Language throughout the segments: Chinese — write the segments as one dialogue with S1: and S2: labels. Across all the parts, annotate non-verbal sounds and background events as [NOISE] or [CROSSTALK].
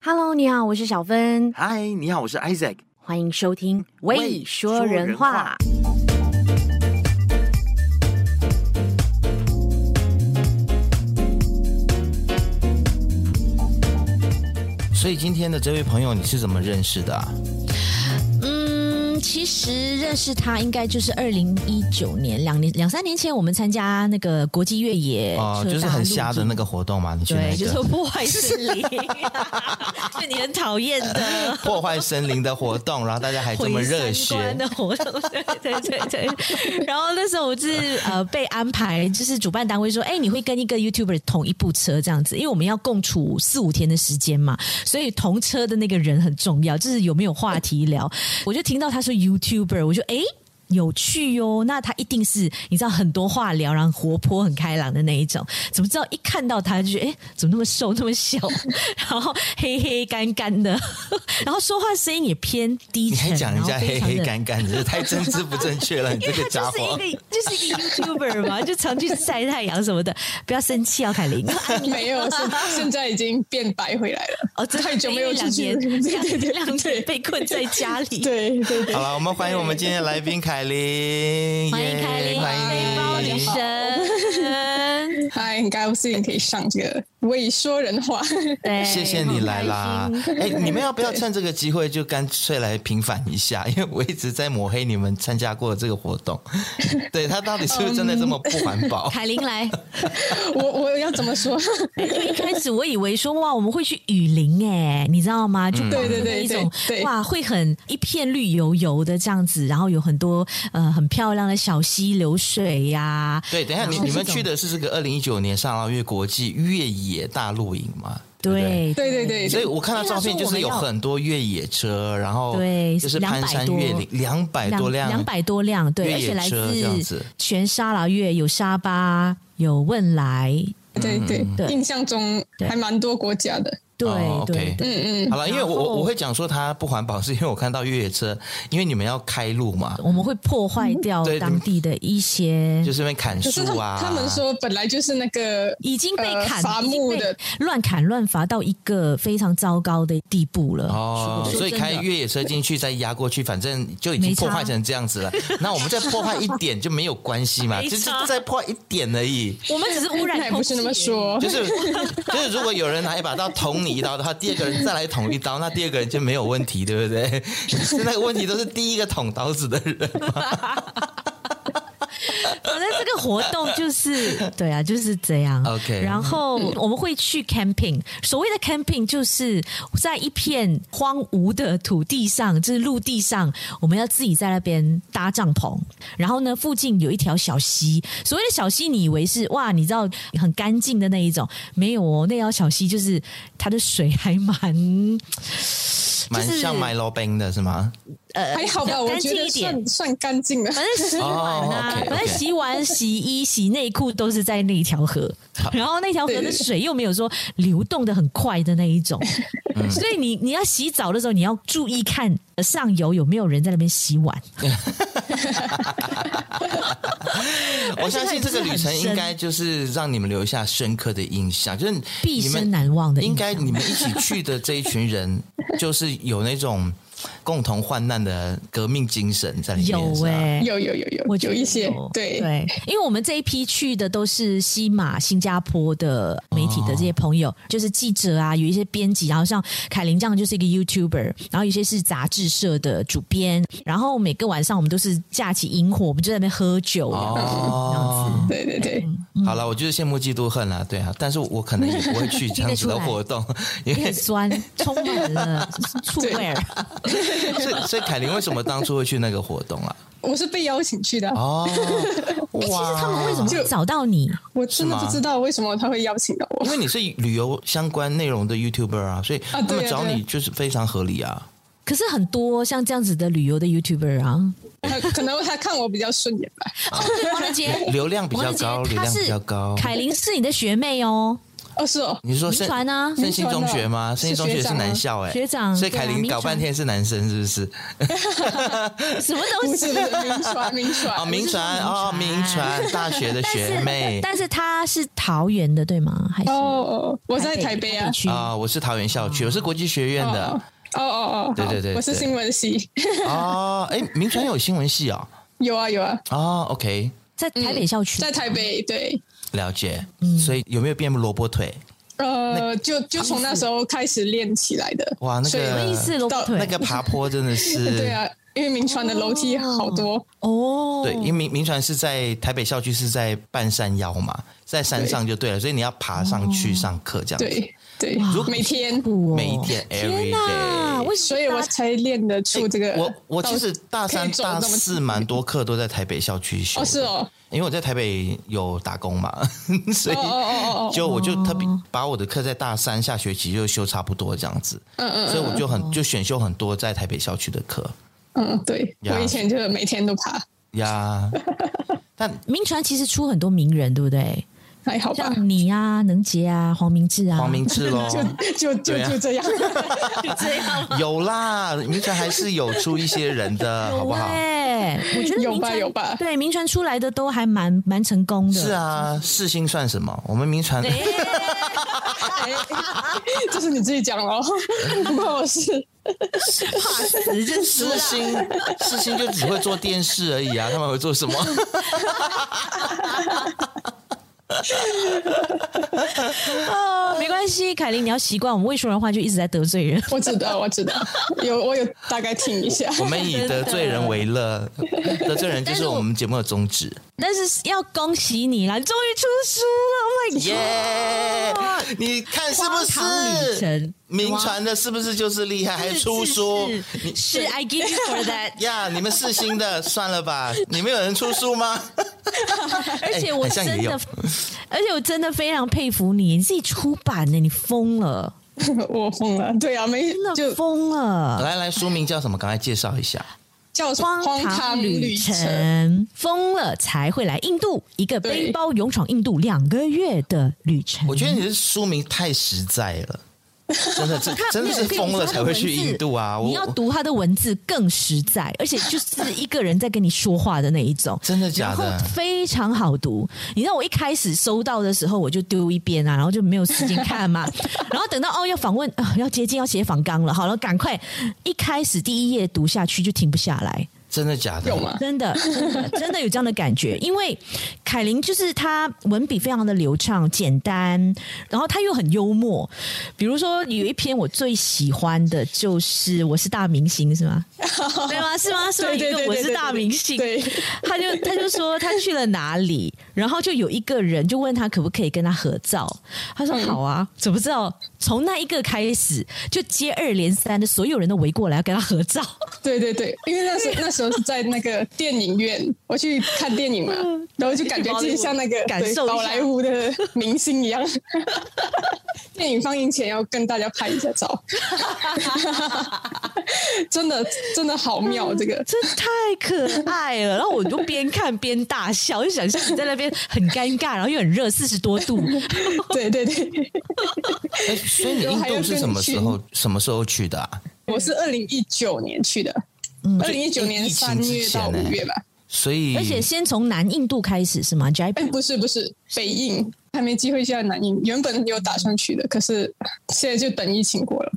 S1: Hello，你好，我是小芬，
S2: 嗨，你好，我是 Isaac。
S1: 欢迎收听《未
S2: 喂
S1: 说
S2: 说
S1: 人
S2: 人
S1: 话
S2: 话》。所以今天的这位朋友，你是怎么认识的啊？
S3: 嗯，其实认识他应该就是二零一九年，两年两三年前，我们参加那个国际越野
S4: 哦，
S3: 车
S4: 就是
S3: 哎大
S4: 很
S3: 陆
S4: 瞎的
S3: 组
S4: 那个活动嘛，你去那
S3: 对，
S4: 个、
S3: 就是破坏森林， [LAUGHS] 是你很讨厌的。
S4: 破坏森林的活动，
S3: [LAUGHS]
S4: 然后大家还这么热
S3: 毁三观
S4: 血，
S3: 的 [LAUGHS] 活动，对对对对。 [LAUGHS] 然后那时候我是呃被安排，就是主办单位说，哎、你会跟一个 YouTuber 同一部车这样子，因为我们要共处四五天的时间嘛，所以同车的那个人很重要，就是有没有话题聊。我就听到他说 YouTuber，我就哎。有趣哟、那他一定是你知道很多话聊，然后活泼很开朗的那一种。怎么知道一看到他就觉得，哎、怎么那么瘦那么小， [LAUGHS] 然后黑黑干干的， [LAUGHS] 然后说话声音也偏低
S4: 你
S3: 沉，
S4: 还讲人家
S3: [LAUGHS] 然后非
S4: 黑
S3: 常
S4: 黑
S3: 的 [LAUGHS]
S4: 干干，你这太政治不正确了，你这个家伙。
S3: 就是一个就是一个 YouTuber
S5: [LAUGHS]
S3: 嘛，就常去晒太阳什么的，不要生气哦，凯琳。
S5: [LAUGHS] 没有，现现在已经变白回来了。
S3: 哦， [LAUGHS] 真的
S5: 太久没有出
S3: 两
S5: 去
S3: 年
S5: 了，，对对对
S3: 两
S5: 对
S3: 年被困在家里。
S5: [LAUGHS] 对对对
S4: 好，了，我们欢迎我们今天的来宾凯琳，
S3: [LAUGHS] 欢迎
S4: 耶
S3: 凯琳，
S4: 欢
S3: 背包
S4: 迎
S3: 女
S4: 你。
S5: [LAUGHS]
S3: 神。
S5: 嗨，很高兴可以上这个未说人话。 [LAUGHS]
S3: 对，
S4: 谢谢你来啦！哎、你们要不要趁这个机会就干脆来平反一下？ [LAUGHS] 因为我一直在抹黑你们参加过的这个活动，对他到底是不是真的这么不环保？
S3: 凯琳来，
S5: 我我要怎么说？ [LAUGHS]
S3: 因为一开始我以为说哇，我们会去雨林哎、你知道吗？就
S4: 嗯
S3: 逛
S5: 对对对
S3: 那一种
S5: 对对
S3: 哇，会很一片绿油油的这样子，然后有很多呃很漂亮的小溪流水呀、
S4: 对，等一
S5: 嗯
S4: 下你
S3: 然后
S4: 你们
S3: 这种
S4: 去的是这个二零一九年上捞越国际越野大露营嘛？对不对。
S3: 对
S5: 对对对，
S4: 所以我看到照片就是有很多越野车，然后
S3: 对
S4: 就是攀山越岭，两百多辆，
S3: 两百多辆，对，
S4: 越
S3: 而且
S4: 野
S3: 来
S4: 车这样
S3: 自
S4: 子
S3: 全沙拉越有沙巴，有汶莱，
S5: 对对
S3: 嗯对
S5: 对，印象中
S3: 对
S5: 还蛮多国家的。
S3: 对、
S4: 哦
S3: 对
S4: OK
S3: 对。
S5: 嗯嗯，
S4: 好了，因为我
S3: 然后
S4: 我我会讲说它不环保，是因为我看到越野车，因为你们要开路嘛，
S3: 我们会破坏掉
S4: 对
S3: 当地的一些，
S4: 就是因为砍
S5: 可是
S4: 树啊。
S5: 他他们说本来就是那个
S3: 已经被砍、
S5: 呃伐
S3: 已经
S5: 木
S3: 被
S5: 的
S3: 乱砍乱伐到一个非常糟糕的地步了。
S4: 哦，
S3: 说
S4: 所以
S3: 真的
S4: 开越野车进去再压过去，反正就已
S3: 没
S4: 经
S3: 差
S4: 破坏成这样子了。那我们再破坏一点就没有关系嘛，
S3: [LAUGHS] 没
S4: 就是
S3: 差
S4: 再破坏一点而已。
S3: 我们只
S5: [LAUGHS]
S3: 是污染
S5: 那也
S3: 空
S5: 不
S3: 气
S5: 是那么
S3: 哦
S5: 说
S4: 就，是
S3: [LAUGHS]
S4: 就是，如果有人拿一把刀捅你一刀的话，第二个人再来捅一刀，那第二个人就没有问题，对不对？ [LAUGHS] 是那个问题都是第一个捅刀子的人。
S3: 反正这个活动就是， [LAUGHS] 对啊，就是这样。
S4: OK
S3: 然后我们会去 camping。所谓的 camping 就是在一片荒芜的土地上，就是陆地上，我们要自己在那边搭帐篷。然后呢，附近有一条小溪。所谓的小溪，你以为是哇，你知道很干净的那一种，没有哦，那条小溪就是它的水还蛮
S4: 蛮像 Milo Bang 的是吗？
S3: 呃
S5: [LAUGHS] 还好吧？
S3: 比较
S5: 我
S3: 干
S5: 觉
S3: 净
S5: 得
S3: 一点。哎
S5: 算算干净的。
S3: 反正洗碗啊
S4: 哦，OK，OK
S3: 反正洗碗、洗衣、洗内裤都是在那一条河，然后那条河的水又没有说流动的很快的那一种，
S4: 嗯
S3: 所以你你要洗澡的时候，你要注意看呃上游有没有人在那边洗碗。
S4: 我相信这个旅程应该就是让你们留下深刻的印象，就是
S3: 毕
S4: 你
S3: 生
S4: 们
S3: 难忘的印
S4: 应
S3: 象
S4: 该你们一起去的这一群人，就是有那种共同患难的革命精神在里面。
S3: 有
S4: 是啊吧
S3: 哎、
S5: 有有有有，
S3: 我觉
S5: 有
S3: 得
S5: 一些
S3: 有
S5: 对
S3: 对，因为我们这一批去的都是西马、新加坡的媒体的这些朋友，就是记者啊，有一些编辑，然后像凯琳这样就是一个 YouTuber，然后有些是杂志社的主编，然后每个晚上我们都是架起萤火，我们就在那边喝酒。 [LAUGHS]
S4: 哦，
S5: 对对对，
S3: 嗯
S4: 好了，我就是羡慕嫉妒恨啦，对啊，但是我可能也不会
S3: [LAUGHS]
S4: 去这样子的活动，因
S3: 有
S4: 为
S3: 点
S5: [LAUGHS]
S3: 酸，充满了醋味儿。
S4: [LAUGHS] 所以所以凯琳为什么当初会去那个活动啊？
S5: 我是被邀请去的啊。
S4: 哦，哇，
S3: 哎其实他们为什么会找到你？
S5: 我真的
S4: 是吗
S5: 不知道为什么他会邀请到我 [LAUGHS]
S4: 因。为你是旅游相关内容的 YouTuber 啊，所以他
S5: 啊对啊
S4: 们找
S5: 对啊
S4: 你就是非常合理啊。
S3: 可是很多像这样子的旅游的 YouTuber [LAUGHS] 啊，
S5: 他可能他看我比较顺眼吧。
S3: 王仁杰，
S4: 流量比较高，
S3: 王
S4: 流
S3: 仁杰
S4: 量
S3: 她
S4: 比
S3: 是
S4: 较高。
S3: 凯琳是你的学妹哦。
S5: 哦，是哦，
S4: 你是说
S3: 民
S4: 圣
S3: 传啊
S4: 圣心
S5: 民传
S4: 中
S5: 的
S4: 学吗？
S5: 是
S4: 圣心中学
S5: 学
S4: 是
S5: 长吗
S4: 男校哎、
S3: 学长
S4: 所以
S3: 对啊
S4: 凯琳
S3: 民
S4: 搞半
S3: 传
S4: 天是男生是不哦是？
S3: 什么
S5: 不
S3: 东
S5: 是
S3: 西？
S5: 不是名传名传
S4: 哦，名
S3: 啊是
S4: 传哦，
S3: 民
S4: 名
S3: 传
S4: 传大学的学妹
S3: [LAUGHS] 但是他是桃园的对吗？还是
S5: 哦哦，我在
S3: 台
S5: 台北啊
S3: 台，区
S4: 啊、我是桃园校区，我是国际学院的
S5: 哦
S3: 哎
S5: 哦哦哦，
S4: 对
S5: 好
S4: 对对
S5: 我是
S4: 对
S5: 新闻系，
S4: 哦。哎、名传有新闻系哦。
S5: 有啊有啊，
S4: 哦，OK，
S3: 在台北校区，
S5: 嗯在台北对。
S4: 了解。
S5: 嗯
S4: 所以有没有变萝卜腿？
S5: 呃，就就从那时候开始练起来的。
S4: 哇那个
S5: 所以
S3: 什么意思？萝卜腿
S4: 那个爬坡真的是
S5: [LAUGHS] 对啊，因为名传的楼梯好多，
S3: 哦，
S4: 对，因为民民传是在台北校区，是在半山腰嘛，在山上就对了，所以你要爬上去上课这样子，
S5: 哦对对
S3: 哇，
S5: 每天，
S3: 酷哦
S4: 每一天 every
S3: 天哪，
S4: day。
S3: 为什
S5: 所
S3: 么
S5: 以
S3: 大
S5: 我
S3: 家？
S5: 才练得出这个。
S4: 哎我我
S5: 到
S4: 其实大
S5: 可以
S4: 三
S5: 走
S4: 大
S5: 这么
S4: 四蛮多课都在台北校区修的
S5: 哦是哦，
S4: 因为我在台北有打工嘛， [LAUGHS] 所以
S5: 哦哦哦哦哦，
S4: 就我就特别把我的课在大三下学期就修差不多这样子，
S5: 嗯嗯
S4: 所以我就很就选修很多在台北校区的课
S5: 嗯，对，
S4: 呀
S5: 我以前就是每天都爬，
S3: [LAUGHS]
S4: 呀。但
S3: 民传其实出很多名人，对不对？
S5: 还好
S4: 哦
S5: 吧？
S3: 像你啊、能杰啊、黄明志啊，
S4: 黄明志
S3: [LAUGHS]
S4: 喽，
S5: 就就
S4: 对啊
S5: 就这样，
S3: 就这样。
S4: 有啦，民传还是有出一些人
S3: [LAUGHS]
S4: 的，
S3: 啊
S4: 好不好？
S3: 哎，我觉得
S5: 有
S3: 民
S5: 吧
S3: 传
S5: 有吧
S3: 对，民传出来的都还蛮蛮成功的。
S4: 是，啊，世新算什么？我们民传 [LAUGHS]
S5: 哎这是你自己讲喽， [LAUGHS] 不关我事。
S4: 世新，世新就只会做电视而
S3: [LAUGHS]
S4: 已啊，他们会做什么？
S3: 哦，没关系，凯琳，你要习惯，我们未说人话就一直在得
S4: [LAUGHS]
S3: 罪人。
S5: [LAUGHS] 我知道，我知道，有我有大概听一下。
S4: 我们以得罪人为乐，得罪人就是我们节目的宗旨。
S3: 但是要恭喜你啦，你终于出书，Oh 了，Oh my god！
S4: 耶！你看是不
S3: 荒唐旅
S4: 是
S3: 程？
S4: 名传的是不是就是厉害？还出书？
S3: 是是是，I give you for that。
S4: 呀你们世新的算了吧，你们有人出书吗？
S3: [LAUGHS] 而且我
S4: 哎好像也
S3: 真的
S4: 有，
S3: [LAUGHS] 而且我真的非常佩服你，你自己出版的，你疯了，
S5: [LAUGHS] 我疯了，对啊，没
S3: 真
S5: 就
S3: 的疯了。
S4: 来来，书名叫什么？赶快介绍一下。
S3: 嗯
S5: 叫什么
S3: 荒
S5: 荒
S3: 唐
S5: 唐
S3: 旅
S5: 旅程。
S3: 程，疯了才会来印度，一个
S5: 对
S3: 背包勇闯印度两个月的旅程。
S4: 我觉得你的书名太实在了，真的，这
S3: [LAUGHS] 他
S4: 真的是疯了才会去印度啊！
S3: 你
S4: 我，
S3: 要读他的文字更实在，而且就是一个人在跟你说话的那一种
S4: [LAUGHS] 真的假的
S3: 然后非常好读。你知道我一开始收到的时候，我就丢一边啊，然后就没有时间看嘛。然后等到哦要访问、啊要接近要写访纲了，好了，赶快一开始第一页读下去就停不下来。
S4: 真的假的？
S5: 有吗？
S3: 真的，真
S5: [LAUGHS]
S3: 的，真的有这样的感觉，因为凯琳就是她文笔非常的流畅、简单，然后她又很幽默。比如说有一篇我最喜欢的就是《我是大明星》，是吗？
S5: [LAUGHS]
S3: 对吗？是吗？是吗？有
S5: 对
S3: 一
S5: 对
S3: 个
S5: 对，
S3: 我是
S5: 对
S3: 大明星，
S5: 对，对
S3: 他就他就说他去了哪里，然后就有一个人就问他可不可以跟他合照，他说好
S5: 嗯
S3: 啊，怎么知道？从那一个开始，就接二连三的所有人都围过来要跟他合照。
S5: 对对对，因为那时候那时候是在那个电影院，我去看电影嘛，然后就感觉自己像那个
S3: 嗯感
S5: 对
S3: 受一下
S5: 宝莱坞的明星一样。 [LAUGHS] 电影放映前要跟大家拍一下照， [LAUGHS] 真的真的好妙，
S3: 嗯
S5: 这个
S3: 这太可爱了。然后我就边看边大笑，就想象你在那边很尴尬，然后又很热，四十多
S5: [LAUGHS]
S3: 度。
S5: 对对对，
S4: 哎所以你印度是什么时候什么时候去的啊？
S5: 我是二零一九年去的，
S3: 嗯
S5: 二零一九年
S4: 疫
S5: 三
S4: 情之
S5: 月到
S4: 前
S5: 五
S4: 欸
S5: 月吧。
S4: 所以
S3: 而且先从南印度开始是吗
S5: 哎、
S3: ？Jaipur
S5: 不是不是，北印还没机会去到南印，原本有打算去的，可是现在就等疫情过了。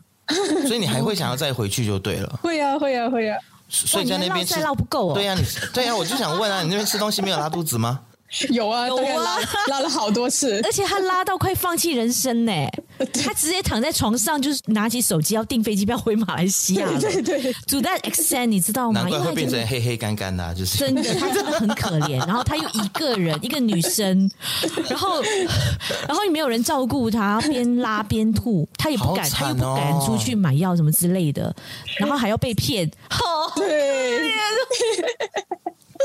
S4: 所以你还会想要再回去就对了。
S5: 会啊会啊会啊，
S4: 所以在那边吃
S3: 哇你的绕赛绕不够哦
S4: 对呀、啊你对呀、我就想问啊，你那边吃东西没有拉肚子
S3: [LAUGHS]
S4: 吗？
S5: 有啊，
S3: 有
S5: 大概
S3: 啊
S5: 拉拉了好多次，
S4: 哎
S3: 而且他拉到快放弃人生
S5: [LAUGHS]
S3: 呢、他直接躺在床上，就是拿起手机要订飞机票回马来西亚了。
S5: 对对对
S3: To that extent，你知道吗？
S4: 难怪
S3: 因为
S4: 会
S3: 他已
S4: 变
S3: 经
S4: 成黑黑干干的、啊，就是
S3: 真的，她真的很可怜。然后她又一个人，一个女生，然后然后也没有人照顾她，边拉边吐，她也不敢，她
S4: 好
S3: 又
S4: 惨
S3: 不敢
S4: 哦
S3: 出去买药什么之类的，然后还要被骗。 [LAUGHS] 哦，
S4: 啊
S5: 对。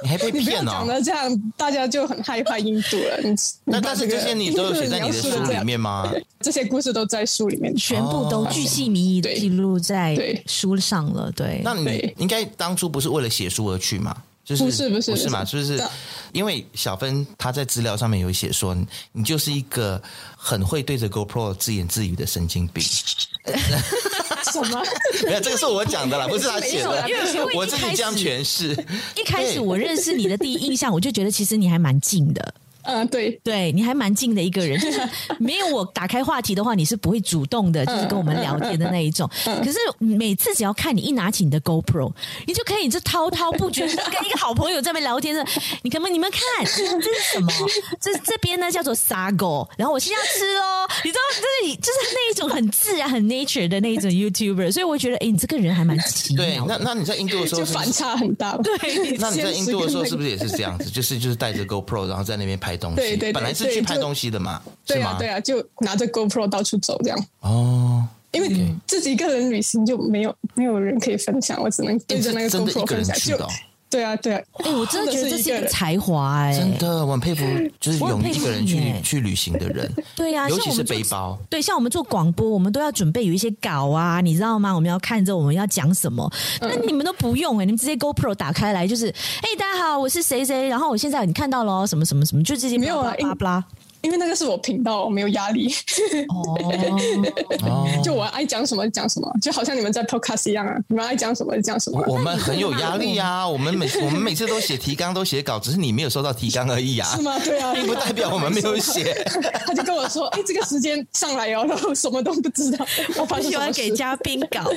S4: 你
S3: [LAUGHS]
S4: 还被
S5: 你不要
S4: 骗
S5: 讲
S4: 哦。
S5: 的这样，大家就很害怕印度了。你
S4: [LAUGHS] 那
S5: 你把
S4: 但是
S5: 个
S4: 这些你都有写在你的
S5: 描
S4: 书
S5: 述得这
S4: 里
S5: 样
S4: 面吗？
S5: 这些故事都在书里面。
S3: 全部都
S4: 哦
S3: 巨细靡遗的
S5: 对
S3: 记录在
S5: 对
S3: 书上了。对，
S4: 那你
S5: 对
S4: 应该当初不是为了写书而去吗？就是
S5: 不是不是
S4: 不是嘛？
S5: 不是
S4: 就是
S5: 对
S4: 因为小芬她在资料上面有写说，你你就是一个很会对着 GoPro 自言自语的神经病。
S5: 什么？ [LAUGHS]
S4: 没有，这个是我讲的啦，不是她写的
S3: 没有因为因为，一
S4: 我自己这样
S3: 开始
S4: 诠释。
S3: 一开始
S4: 对
S3: 我认识你的第一印象，我就觉得其实你还蛮近的，
S5: 嗯，
S4: [LAUGHS]
S5: 对，
S3: 对你还蛮近的一个人，就是没有我打开话题的话，你是不会主动的，就是跟我们聊天的那一种。
S4: 嗯
S3: 可是每次只要看你一拿起你的 GoPro，你就可以就滔滔不绝，就是跟一个好朋友在那边聊天的。哎你可不可以你们看这是
S4: [LAUGHS]
S3: 什么？这这边呢叫做撒狗，然后我现在要吃哦，你知道，就是你就是那一种很自然、很 nature 的那一种 YouTuber，所以我觉得，哎、你这个人还蛮奇
S4: 对
S3: 妙，的。
S4: 那那你在印度的时
S5: 就
S4: 候是不
S5: 反
S4: 是，
S5: 差很大。 [LAUGHS]
S3: 对
S4: 那你在印度的时候
S5: 现
S4: 是
S5: 实跟那个
S4: 不是也是这样子？就是就是带着 GoPro，然后在那边拍东西。
S5: 对对对
S4: 本来是去
S5: 对
S4: 拍
S5: 就
S4: 东西的嘛，
S5: 对
S4: 是
S5: 啊
S4: 吗？
S5: 对啊，就拿着 GoPro 到处走这样，
S4: 哦。
S5: 因为自己一个人旅行就没有没有人可以分享，我只能对着那个
S4: 诶这真的一
S5: GoPro
S4: 个
S5: 分
S4: 人
S5: 享。
S4: 去
S5: 就
S4: 的哦
S5: 对啊对啊，
S3: 哎、我真的觉得这
S5: 真
S3: 是
S5: 的
S3: 一
S5: 是一个
S3: 个
S5: 人
S3: 才华、哎，嗯
S4: 真的，我很佩服，就是
S3: 我很
S4: 勇
S3: 佩
S4: 一
S3: 服
S4: 个人
S3: 你
S4: 去
S3: 耶
S4: 旅去旅行的
S3: [LAUGHS]
S4: 人，
S3: 对呀、
S4: 尤
S3: 像
S4: 其
S3: 我
S4: 是
S3: 们做
S4: 背
S3: [LAUGHS]
S4: 包。
S3: 对，像我们做广播，我们都要准备有一些稿啊，你知道吗？我们要看着我们要讲什么，那你们都不用哎、你们直接 GoPro 打开来就是，哎、大家好，我是谁谁，然后我现在你看到了哦什么什么什么，就这些
S5: 没有啊
S3: 巴拉巴拉。
S5: 因为那个是我频道，我没有压力，
S3: 哦，
S4: 哦，
S5: [LAUGHS] 就我爱讲什么讲什么，就好像你们在 Podcast 一样啊，你们爱讲什么就讲什么啊。
S4: 我我们很有压力
S3: [LAUGHS]
S4: 啊，我们每我们每次都写提纲，都写稿，只是你没有收到提纲而已啊
S5: 是，吗？对啊，
S4: 并 [LAUGHS] 不代表我们没有
S3: [LAUGHS]
S4: 写。
S5: 他就跟我说：“哎、这个时间上来哦，然后什么都不知 [LAUGHS] 道。”我发
S3: 我
S5: 现
S3: 喜欢
S5: 什
S3: 给
S5: 么事
S3: 嘉宾稿，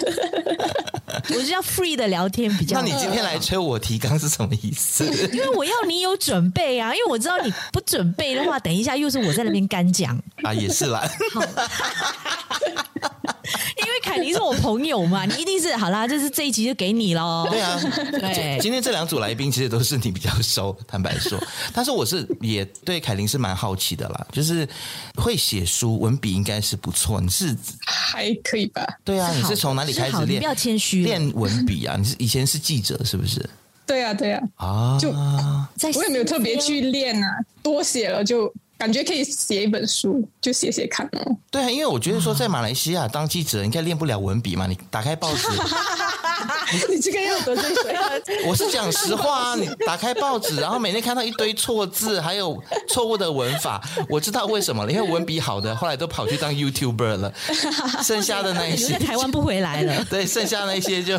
S3: 我是要 free 的聊天比较
S4: 那。你今天来催我提纲是什么意思？
S3: [LAUGHS] 因为我要你有准备啊，因为我知道你不准备的话，等一下又是我在那边干讲。
S4: 啊，也是啦，
S3: 因为凯琳是我朋友嘛，你一定是好啦，就是这一集就给你喽。
S4: 对啊，
S3: 哦对
S4: 今天这两组来宾其实都是你比较熟，坦白
S3: [LAUGHS]
S4: 说，但是我是也对凯琳是蛮好奇的啦，就是会写书，文笔应该是不错，你是
S5: 还可以吧？
S4: 对啊，你
S3: 好
S4: 是从哪里
S3: 是
S4: 开
S3: 好
S4: 始
S3: 你
S4: 练？
S3: 不要谦虚了
S4: 练文笔啊！你是以前是记者是不是？
S5: 对啊，对啊，
S4: 啊，
S5: 就
S3: 在
S5: 我也没有特别去练啊，多写了就感觉可以写一本书，就写写看哦。
S4: 对啊，因为我觉得说在马来西亚当记者应该练不了文笔嘛，你打开报
S3: [LAUGHS]
S4: 纸，
S5: [LAUGHS] 你这个要得罪谁？啊 [LAUGHS]
S4: 我是讲实话啊，你打开报纸，然后每天看到一堆错字，还有错误的文法，
S3: [LAUGHS]
S4: 我知道为什么了，因为文笔好的后来都跑去当 YouTuber 了，剩下的那一
S3: [LAUGHS] 留
S4: 些。
S3: 在台湾不回来了。 [LAUGHS]
S4: 对，剩下那一些就，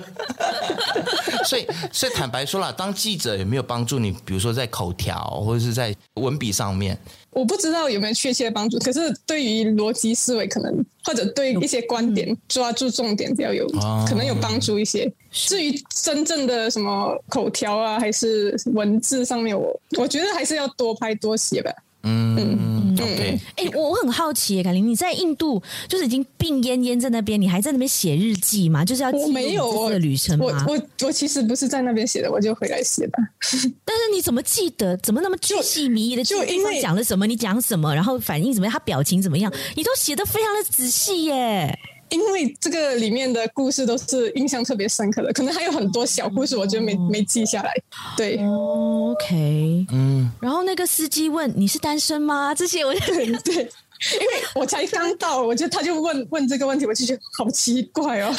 S4: 所以所以坦白说啦，当记者有没有帮助你？比如说在口条或者是在文笔上面，
S5: 我不知道有没有确切的帮助，可是对于逻辑思维可能或者对一些观点抓住重点比较有，
S4: 哦
S5: 可能有帮助一些。至于真正的什么口条啊，还是文字上面，我我觉得还是要多拍多写吧。
S4: 嗯，OK，
S3: 哎、我我很好奇耶，凯琳，你在印度就是已经病恹恹在那边，你还在那边写日记吗？就是要记
S5: 我
S3: 录
S5: 没
S3: 你
S5: 有
S3: 这次
S5: 我
S3: 的旅程
S5: 我
S3: 吗？
S5: 我我其实不是在那边写的，我就回来写的。
S3: 但是你怎么记得？怎么那么巨细靡遗的？
S5: 就因为
S3: 讲了什么，你讲什么，然后反应怎么样，他表情怎么样，你都写的非常的仔细耶。
S5: 因为这个里面的故事都是印象特别深刻的，可能还有很多小故事，我觉得没没记下来。对，
S3: 哦 OK，
S4: 嗯，
S3: 然后那个司机问你是单身吗？这些我 [LAUGHS] 就
S5: [LAUGHS] 对对，因为我才刚到，我就他就问问这个问题，我就觉得好奇怪哦。
S3: 而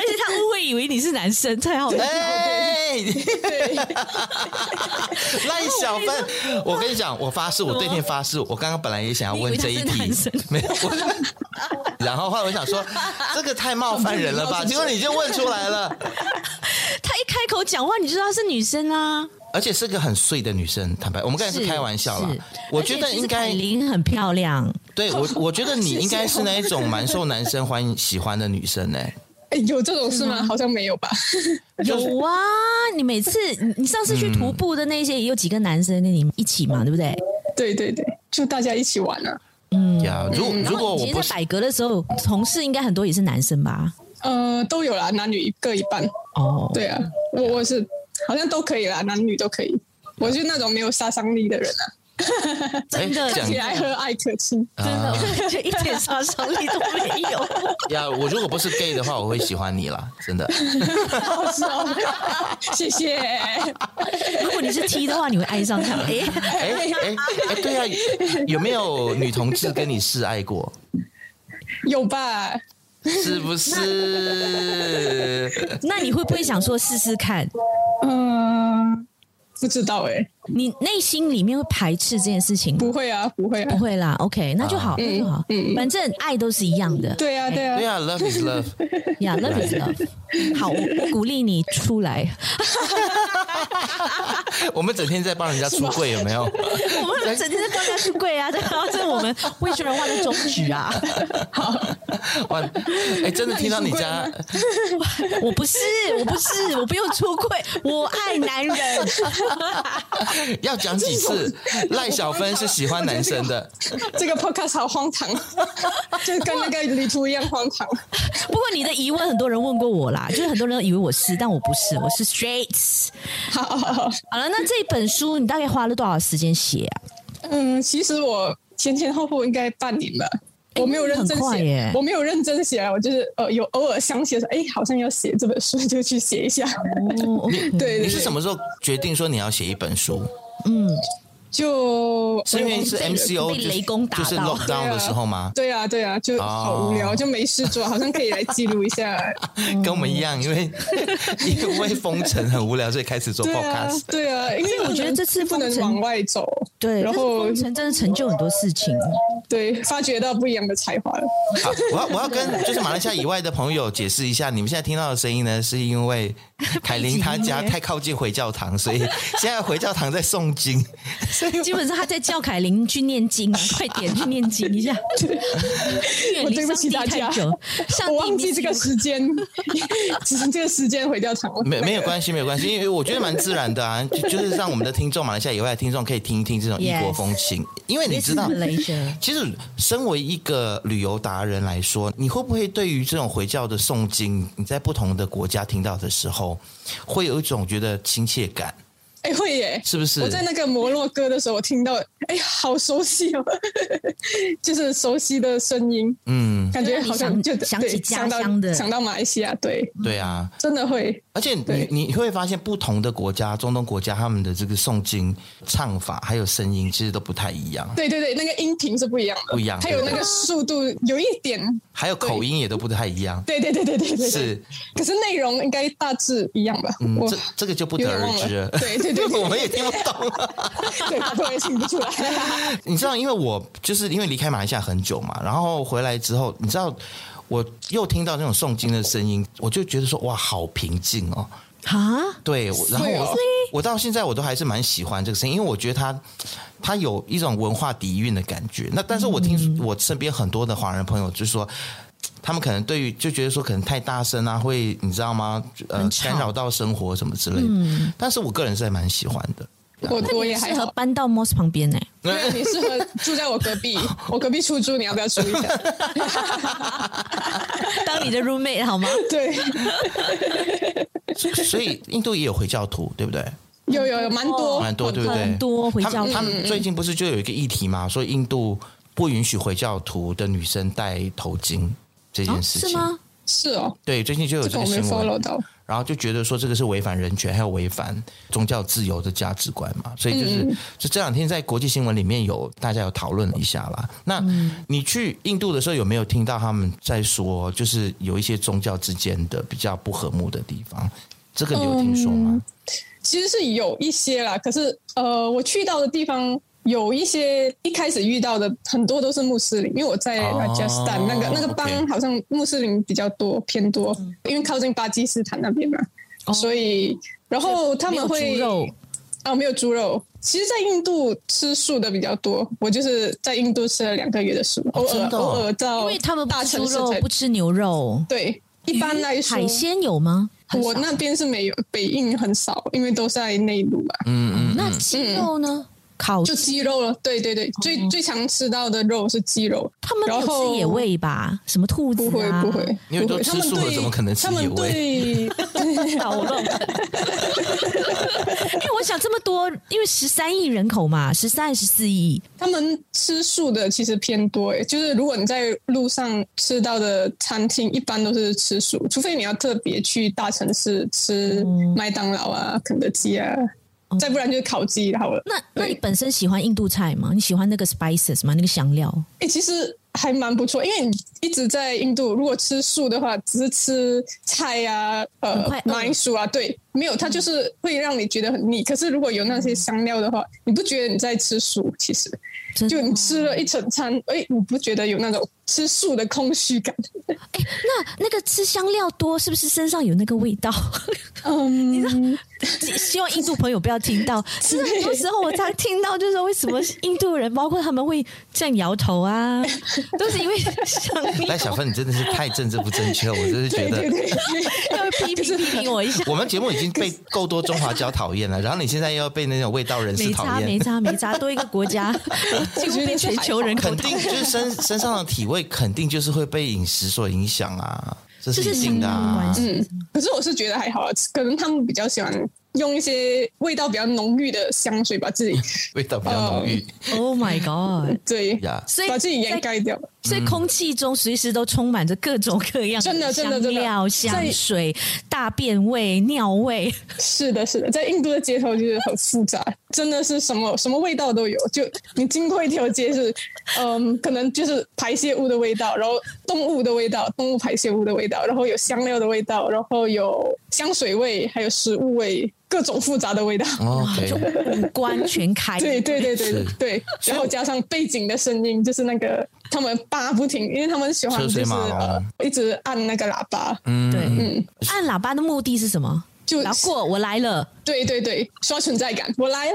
S3: 且他误会以为你是男生，太好
S5: 嗯
S3: 了。
S4: 哎，[LAUGHS]
S5: [LAUGHS] 对，
S4: 赖小芬，我跟你讲，我发誓，我对天发誓，我刚刚本来也想要问这一
S3: 你以为
S4: 题
S3: 他是男，
S4: 没有。我然后后来我想说，这个太冒犯人了吧？结果你就问出来了，
S3: 他一开口讲话，你就知道她是女生啊。
S4: 而且是个很碎的女生。坦白，我们刚才是开玩笑啦
S3: 是。
S4: 我觉
S3: 而且
S4: 得
S3: 其实
S4: 应该
S3: 凯，琳很漂亮，
S4: 对我，我觉得你应该是那一种蛮受男生欢迎喜欢的女生哎、
S5: 哎有这种事吗？好像没有吧。
S4: [LAUGHS]
S3: 有啊！你每次你你上次去徒步的那些，也有几个男生跟你们一起
S4: 嗯
S3: 嘛，对不对？
S5: 对对对，就大家一起玩啊。
S4: 呀，如
S3: 然
S4: 如果
S3: 后
S4: 我
S3: 以
S4: 不
S3: 前
S4: 是
S3: 在百格的时候，同事应该很多也是男生吧？
S5: 呃，都有啦，男女各一半。
S3: 哦，
S4: 哎
S5: 对啊，我我是好像都可以啦，男女都可以。我是那种没有杀伤力的人啊，
S4: 哎
S3: 的
S4: 讲
S5: 起来和蔼可 [LAUGHS] 亲。
S3: 真的，
S4: 啊
S3: [LAUGHS] 我觉得一点杀伤力都没
S4: [LAUGHS]
S3: 有。
S4: 呀，我如果不是 gay 的话，我会喜欢你啦，真的。
S5: 好笑，哦 [LAUGHS] 谢谢。
S3: 如果你是 T 的话，你会爱上
S4: [LAUGHS]
S3: 他。哎，
S4: 哎哎哎，对啊，有没有女同志跟你示爱过？
S5: 有吧？
S4: 是不是？
S3: 那你会不会想说试试看？
S5: 嗯、不知道哎、
S3: 你内心里面会排斥这件事情吗？
S5: 不会啊，不会
S3: 不
S5: 啊，
S3: 会啦，OK，那就好，那就好，反正爱都是一样的，
S5: 对啊，对啊，
S4: 嗯对啊，love is love。
S3: 呀，love is love。好，我我鼓励你出来，
S4: 我们整天在帮人家出柜，有没有？
S3: 我们整天在逛家书柜 [LAUGHS] 啊，对啊，这是我们为什么画的宗旨啊？
S4: 哇，哎，真的听到你家，
S3: [LAUGHS] 我不是，我不是，我不用出柜，我爱男人。
S4: 要讲几次？赖小芬是喜欢男生的，
S5: [LAUGHS] 这个 podcast 好荒唐，啊 [LAUGHS] 就跟那个旅途一样荒唐。
S3: 不过你的疑问，很多人问过我啦，就是很多人都以为我是，但我不是，我是 straight。
S5: 好好好，
S3: 好了，那这一本书你大概花了多少时间写啊？
S5: 嗯，其实我前前后后应该半年吧。
S3: 哎
S5: 我没有认真
S3: 很快耶
S5: 写，我没有认真写啊，我就是呃有偶尔想写说，哎，好像要写这本书，就去写一下。
S3: 哦，
S5: 对，
S4: 你是什
S5: 么？
S4: 么时候决定说你要写一本书？
S5: 就是
S4: 因为是
S5: 我也忘记了
S4: MCO
S3: 被
S4: 就是
S3: 雷公打
S4: 就是
S3: 到
S4: lockdown 的时候吗？
S5: 对啊，对啊，就好无聊，
S4: 哦
S5: 就没事做，好像可以来记录一
S4: [LAUGHS]
S5: 下。
S3: 啊
S4: 跟我们一样，因
S3: [LAUGHS]
S4: 为因为封城很无聊，所以开始做
S5: 对啊
S4: podcast，。
S5: 对啊，因为
S3: 我觉得这次
S5: 不
S3: 封
S5: 能
S3: 城
S5: 往外走，
S3: 对，
S5: 然
S3: 但是
S5: 后
S3: 封城真的成就很多事情。
S5: [LAUGHS] 对，发掘到不一样的才华了。
S4: 好，我要我要跟就是马来西亚以外的朋友解释一下，你们现在听到的声音呢，是因
S3: [LAUGHS]
S4: 为凯琳她家太靠近回教堂，所以现在回教堂在诵
S3: [LAUGHS]
S4: 经。
S3: 基本上他在叫凯琳去念经
S5: [LAUGHS]
S3: 啊，快点去念经一下。远
S5: 我
S3: 离
S5: 对不
S3: 上
S5: 起
S3: 帝
S5: 大
S3: 太
S5: 家
S3: 久，上
S5: 我
S3: 帝
S5: 忘记这个
S3: 事。
S5: 时间， [LAUGHS] 只是这个时间回教堂了。
S4: 没没有关系，没有关系，因为我觉得蛮自然的啊，就就是让我们的听众，马来西亚以外的听众可以听一听这种异国
S3: Yes
S4: 风情因为你知道
S3: This is Malaysia
S4: 其实身为一个旅游达人来说，你会不会对于这种回教的诵经，你在不同的国家听到的时候，会有一种觉得亲切感，
S5: 哎、会耶！
S4: 是不是？
S5: 我在那个摩洛哥的时候，我听到哎、好熟悉哦， [LAUGHS] 就是熟悉的声音，
S4: 嗯，
S5: 感觉好像就
S3: 就让你想
S5: 对
S3: 想起家
S5: 想到
S3: 乡的
S5: 想到马来西亚，对，
S4: 对啊，
S5: 真的会。
S4: 而且你
S5: 对
S4: 你会发现不同的国家，中东国家他们的这个诵经唱法还有声音，其实都不太一样，
S5: 对对对，那个音频是不一样的，
S4: 不一样
S5: 还有
S4: 对
S5: 那个速度有一点，
S4: 还有口音也都不太一样，
S5: 对对对对对对对。
S4: 是。
S5: 可是内容应该大致一样吧？
S4: 嗯
S5: 我，
S4: 这这个就不得
S5: 有点
S4: 而
S5: 忘了
S4: 知了。
S5: 对对对
S4: [LAUGHS]
S5: 对
S4: 我们也听不懂。
S5: 对，我也听不出来。
S4: [LAUGHS] 你知道，因为我就是因为离开马来西亚很久嘛，然后回来之后，你知道，我又听到那种诵经的声音，我就觉得说，哇，好平静哦。
S3: 啊，
S4: 对，我然后
S5: 是哦
S4: 我我到现在我都还是蛮喜欢这个声音，因为我觉得它它有一种文化底蕴的感觉。那但是我
S3: 嗯
S4: 听我身边很多的华人朋友就说。他们可能对于就觉得说可能太大声啊，会你知道吗？呃
S3: 很，吵嗯
S4: 干扰到生活什么之类的。但是我个人是还蛮喜欢的。 [LAUGHS]
S5: 我我也还
S3: 适合
S5: 好，
S3: 搬到 Moss 旁边呢、欸
S5: [LAUGHS] 对啊，你适合住在我隔
S3: [LAUGHS]
S5: 壁，我隔壁出租，你要不要出一下？
S3: 当你的 roommate 好 [LAUGHS] 吗？
S5: 对，
S4: [LAUGHS] 所以印度也有回教徒，对不对？
S5: 有有有蛮
S3: 哦
S5: 多
S4: 蛮多，对不对？
S3: 很多回教徒
S4: 他们他们最近不是就有一个议题嘛，说印度不允许回教徒的女生戴头巾这件
S3: 啊
S4: 事
S3: 是
S4: 情。
S3: 吗？
S5: 是哦，
S4: 对，最近就有
S5: 这
S4: 这
S5: 个
S4: 个
S5: 我没
S4: 新闻，
S5: follow 到。
S4: 然后就觉得说这个是违反人权，还有违反宗教自由的价值观嘛，所以就是、
S3: 嗯
S4: 就这两天在国际新闻里面有大家有讨论了一下啦。那、
S3: 嗯
S4: 你去印度的时候有没有听到他们在说，就是有一些宗教之间的比较不和睦的地方？这个你有听说
S3: 嗯
S4: 吗？
S5: 其实是有一些啦，可是呃，我去到的地方有一些一开始遇到的很多都是穆斯林，因为我在
S4: 哦
S5: Rajasthan、那个那个邦
S4: OK
S5: 好像穆斯林比较多偏多，因为靠近巴基斯坦那边嘛，
S4: 哦
S5: 所以然后他们
S3: 没有
S5: 会
S3: 猪肉
S5: 啊没有猪肉。其实，在印度吃素的比较多，我就是在印度吃了两个月的素，偶尔
S4: 真、的哦
S5: 偶尔到
S3: 因为他们不
S5: 大
S3: 吃
S5: 城
S3: 猪
S5: 市
S3: 肉
S5: 才，
S3: 不吃牛肉，
S5: 对，一般来说
S3: 海鲜有吗？很少
S5: 我那边是没有，北印很少，因为都在内陆啊。
S4: 嗯嗯
S3: 那鸡肉呢？烤
S5: 嗯就鸡肉了，对对对，最最常吃到的肉是鸡肉，
S3: 哦他们没
S5: 然
S3: 有
S5: 后
S3: 吃野味吧？什么兔子
S5: 不会
S3: 啊？
S5: 不会，
S4: 因为
S5: 不
S4: 都
S5: 会
S4: 吃
S5: 他们
S4: 素了
S5: 对
S4: 怎么可能吃
S5: 他
S4: 野
S5: 们对
S3: 搞
S5: [LAUGHS]
S3: 乱。因哎为我想这么多，因为十三亿人口嘛，十三十四亿，
S5: 他们吃素的其实偏多诶，就是如果你在路上吃到的餐厅，一般都是吃素，除非你要特别去大城市吃
S3: 嗯
S5: 麦当劳啊、肯德基啊，再不然就是烤鸡好了。
S3: 那哦那
S5: 对
S3: 你本身喜欢印度菜吗？你喜欢那个 spices 吗？那个香料？
S5: 哎、其实还蛮不错，因为你一直在印度，如果吃素的话，只是吃菜啊、
S3: 很快饿
S5: 呃
S3: 嗯
S5: 马铃薯啊，对，没有，它就是会让你觉得很腻。可是如果有那些香料的话，你不觉得你在吃素？其实，
S3: 真的
S5: 就你吃了一整餐，
S3: 嗯
S5: 哎，你不觉得有那种吃素的空
S3: [LAUGHS]
S5: 虚感？
S3: 哎、那那个吃香料多，是不是身上有那个味道？
S5: 嗯，
S3: 希望印度朋友不要听
S5: [LAUGHS]
S3: 到。是很多时候我常听到，就是为什么印度人，包括他们会这样摇头
S5: [LAUGHS]
S3: 啊，都是因为香
S4: 来，
S3: 料。
S4: 哎小芬，你真的是太政治不正确，我真是觉
S5: 对
S4: 得。
S5: 对对，
S3: [LAUGHS] 要批评批评我一下，
S4: 我们节目已经被够多中华椒讨厌了，然后你现在又要被那种味道人士
S3: 没
S4: 讨
S3: 差没
S4: 厌，
S3: 差没差，多一个国
S5: [LAUGHS]
S3: 家，几乎被全球人口
S4: 肯定就是身身上的体味，肯定就是会被饮食所影响啊，这是一定的啊。
S5: 嗯可是我是觉得还好啊，可能他们比较喜欢用一些味道比较浓郁的香水把
S4: [LAUGHS]
S5: 自己
S4: 味道比较浓郁
S3: Oh my god！
S5: 对，
S4: 呀。
S3: 所以
S5: 把自己掩
S3: 在
S5: 盖掉。
S3: 所以空气中随时都充满着各种各样
S5: 真的真的
S3: 香
S5: 真的
S3: 料、香
S5: 在
S3: 水、大便味、尿味，
S5: 是的，是的，在印度的街头就是很复杂，真的是什么什么味道都有。就你经过一条街是， [LAUGHS] 嗯，可能就是排泄物的味道，然后动物的味道，动物排泄物的味道，然后有香料的味道，然后有香水味，还有食物味，各种复杂的味道。
S4: OK，
S3: [LAUGHS] 五官全开。
S5: [LAUGHS] 对对对
S4: 嗯是
S5: 对对，然后加上背景的声音，就是那个他们叭不停，因为他们喜欢
S4: 车
S5: 就
S4: 水
S5: 是、
S4: 马龙
S5: 呃、一直按那个喇叭，
S4: 嗯，
S3: 对，按喇叭的目的是什么？
S5: 就
S3: 老过我来了，
S5: 对对对，刷存在感，我来了，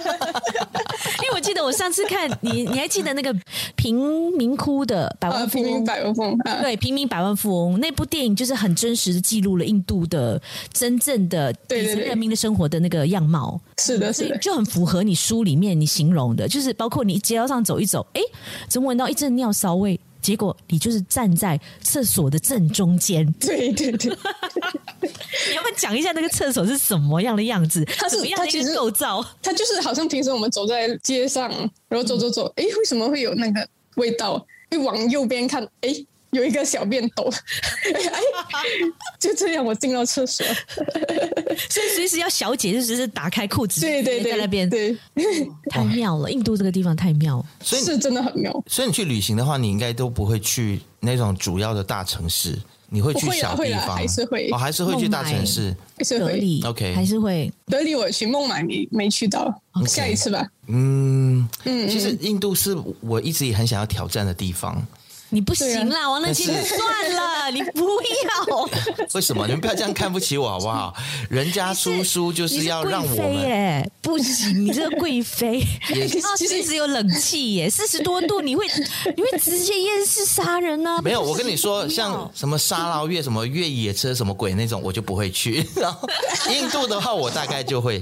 S3: 因为我记得我上次看你， [LAUGHS] 你还记得那个贫民窟的百
S5: 啊，
S3: 万富
S5: 平民
S3: 翁？
S5: 百万富翁啊，
S3: 对，平民百万富翁那部电影就是很真实的记录了印度的真正的
S5: 对
S3: 底
S5: 对
S3: 层
S5: 对
S3: 人民的生活的那个样貌，
S5: 是的，
S3: 所
S5: 是
S3: 以
S5: 的。
S3: 就很符合你书里面你形容的，就是包括你街道上走一走，诶，怎么闻到一阵尿骚味？结果你就是站在厕所的正中间， [LAUGHS]
S5: [LAUGHS] 对对对，
S3: 你要不要讲一下那个厕所是什么样的样子？
S5: 它是
S3: 怎么样的
S5: 它其
S3: 一个
S5: 实
S3: 构造？
S5: 它就是好像平时我们走在街上，然后走走走，诶，为什么会有那个味道？一往右边看，诶，有一个小便斗， [LAUGHS] 哎，就这样我进到厕所，
S3: 所以随时要小姐就只是打开裤子，
S5: 对对
S3: 直接
S5: 对，
S3: 在那边
S5: 对，
S3: 太
S4: 哦
S3: 妙了，印度这个地方太妙了。
S4: 所以
S5: 是真的很妙。
S4: 所以你去旅行的话，你应该都不会去那种主要的大城市，你会去
S5: 我会啦
S4: 小地
S5: 会啦啊
S4: 方，
S5: 还是会
S4: 哦，还是会去大城市。
S5: 是
S3: 德
S5: 会
S3: 里
S4: OK
S3: 还是会
S5: 德里我去孟买没没去到，下一次吧。
S4: 嗯，
S5: 嗯
S4: 其实印度是我一直也很想要挑战的地方。
S3: 你不行
S5: 啊
S3: 啦，王乐清，
S4: 但
S3: 你算
S5: [LAUGHS]
S3: 了，你不要，
S4: [LAUGHS] 为什么？你们不要这样看不起
S3: [LAUGHS]
S4: 我好不好？人家出书就
S3: 你
S4: 是要让
S3: 贵
S4: 我
S3: 妃
S4: 们
S3: 耶，不行，你这个贵
S4: [LAUGHS]
S3: 妃，哦
S4: 也
S3: 然后
S5: 其实
S3: 随时有冷气耶，四十多度，你会你会直接厌世杀人呢、
S4: [LAUGHS]
S3: 啊？
S4: 没有。我跟你说，
S3: 不行
S4: 像什么沙捞越、什么越野车、什么鬼那种，我就不会去。 [LAUGHS] 然后印度的话，我大概就
S3: [LAUGHS]
S4: 会。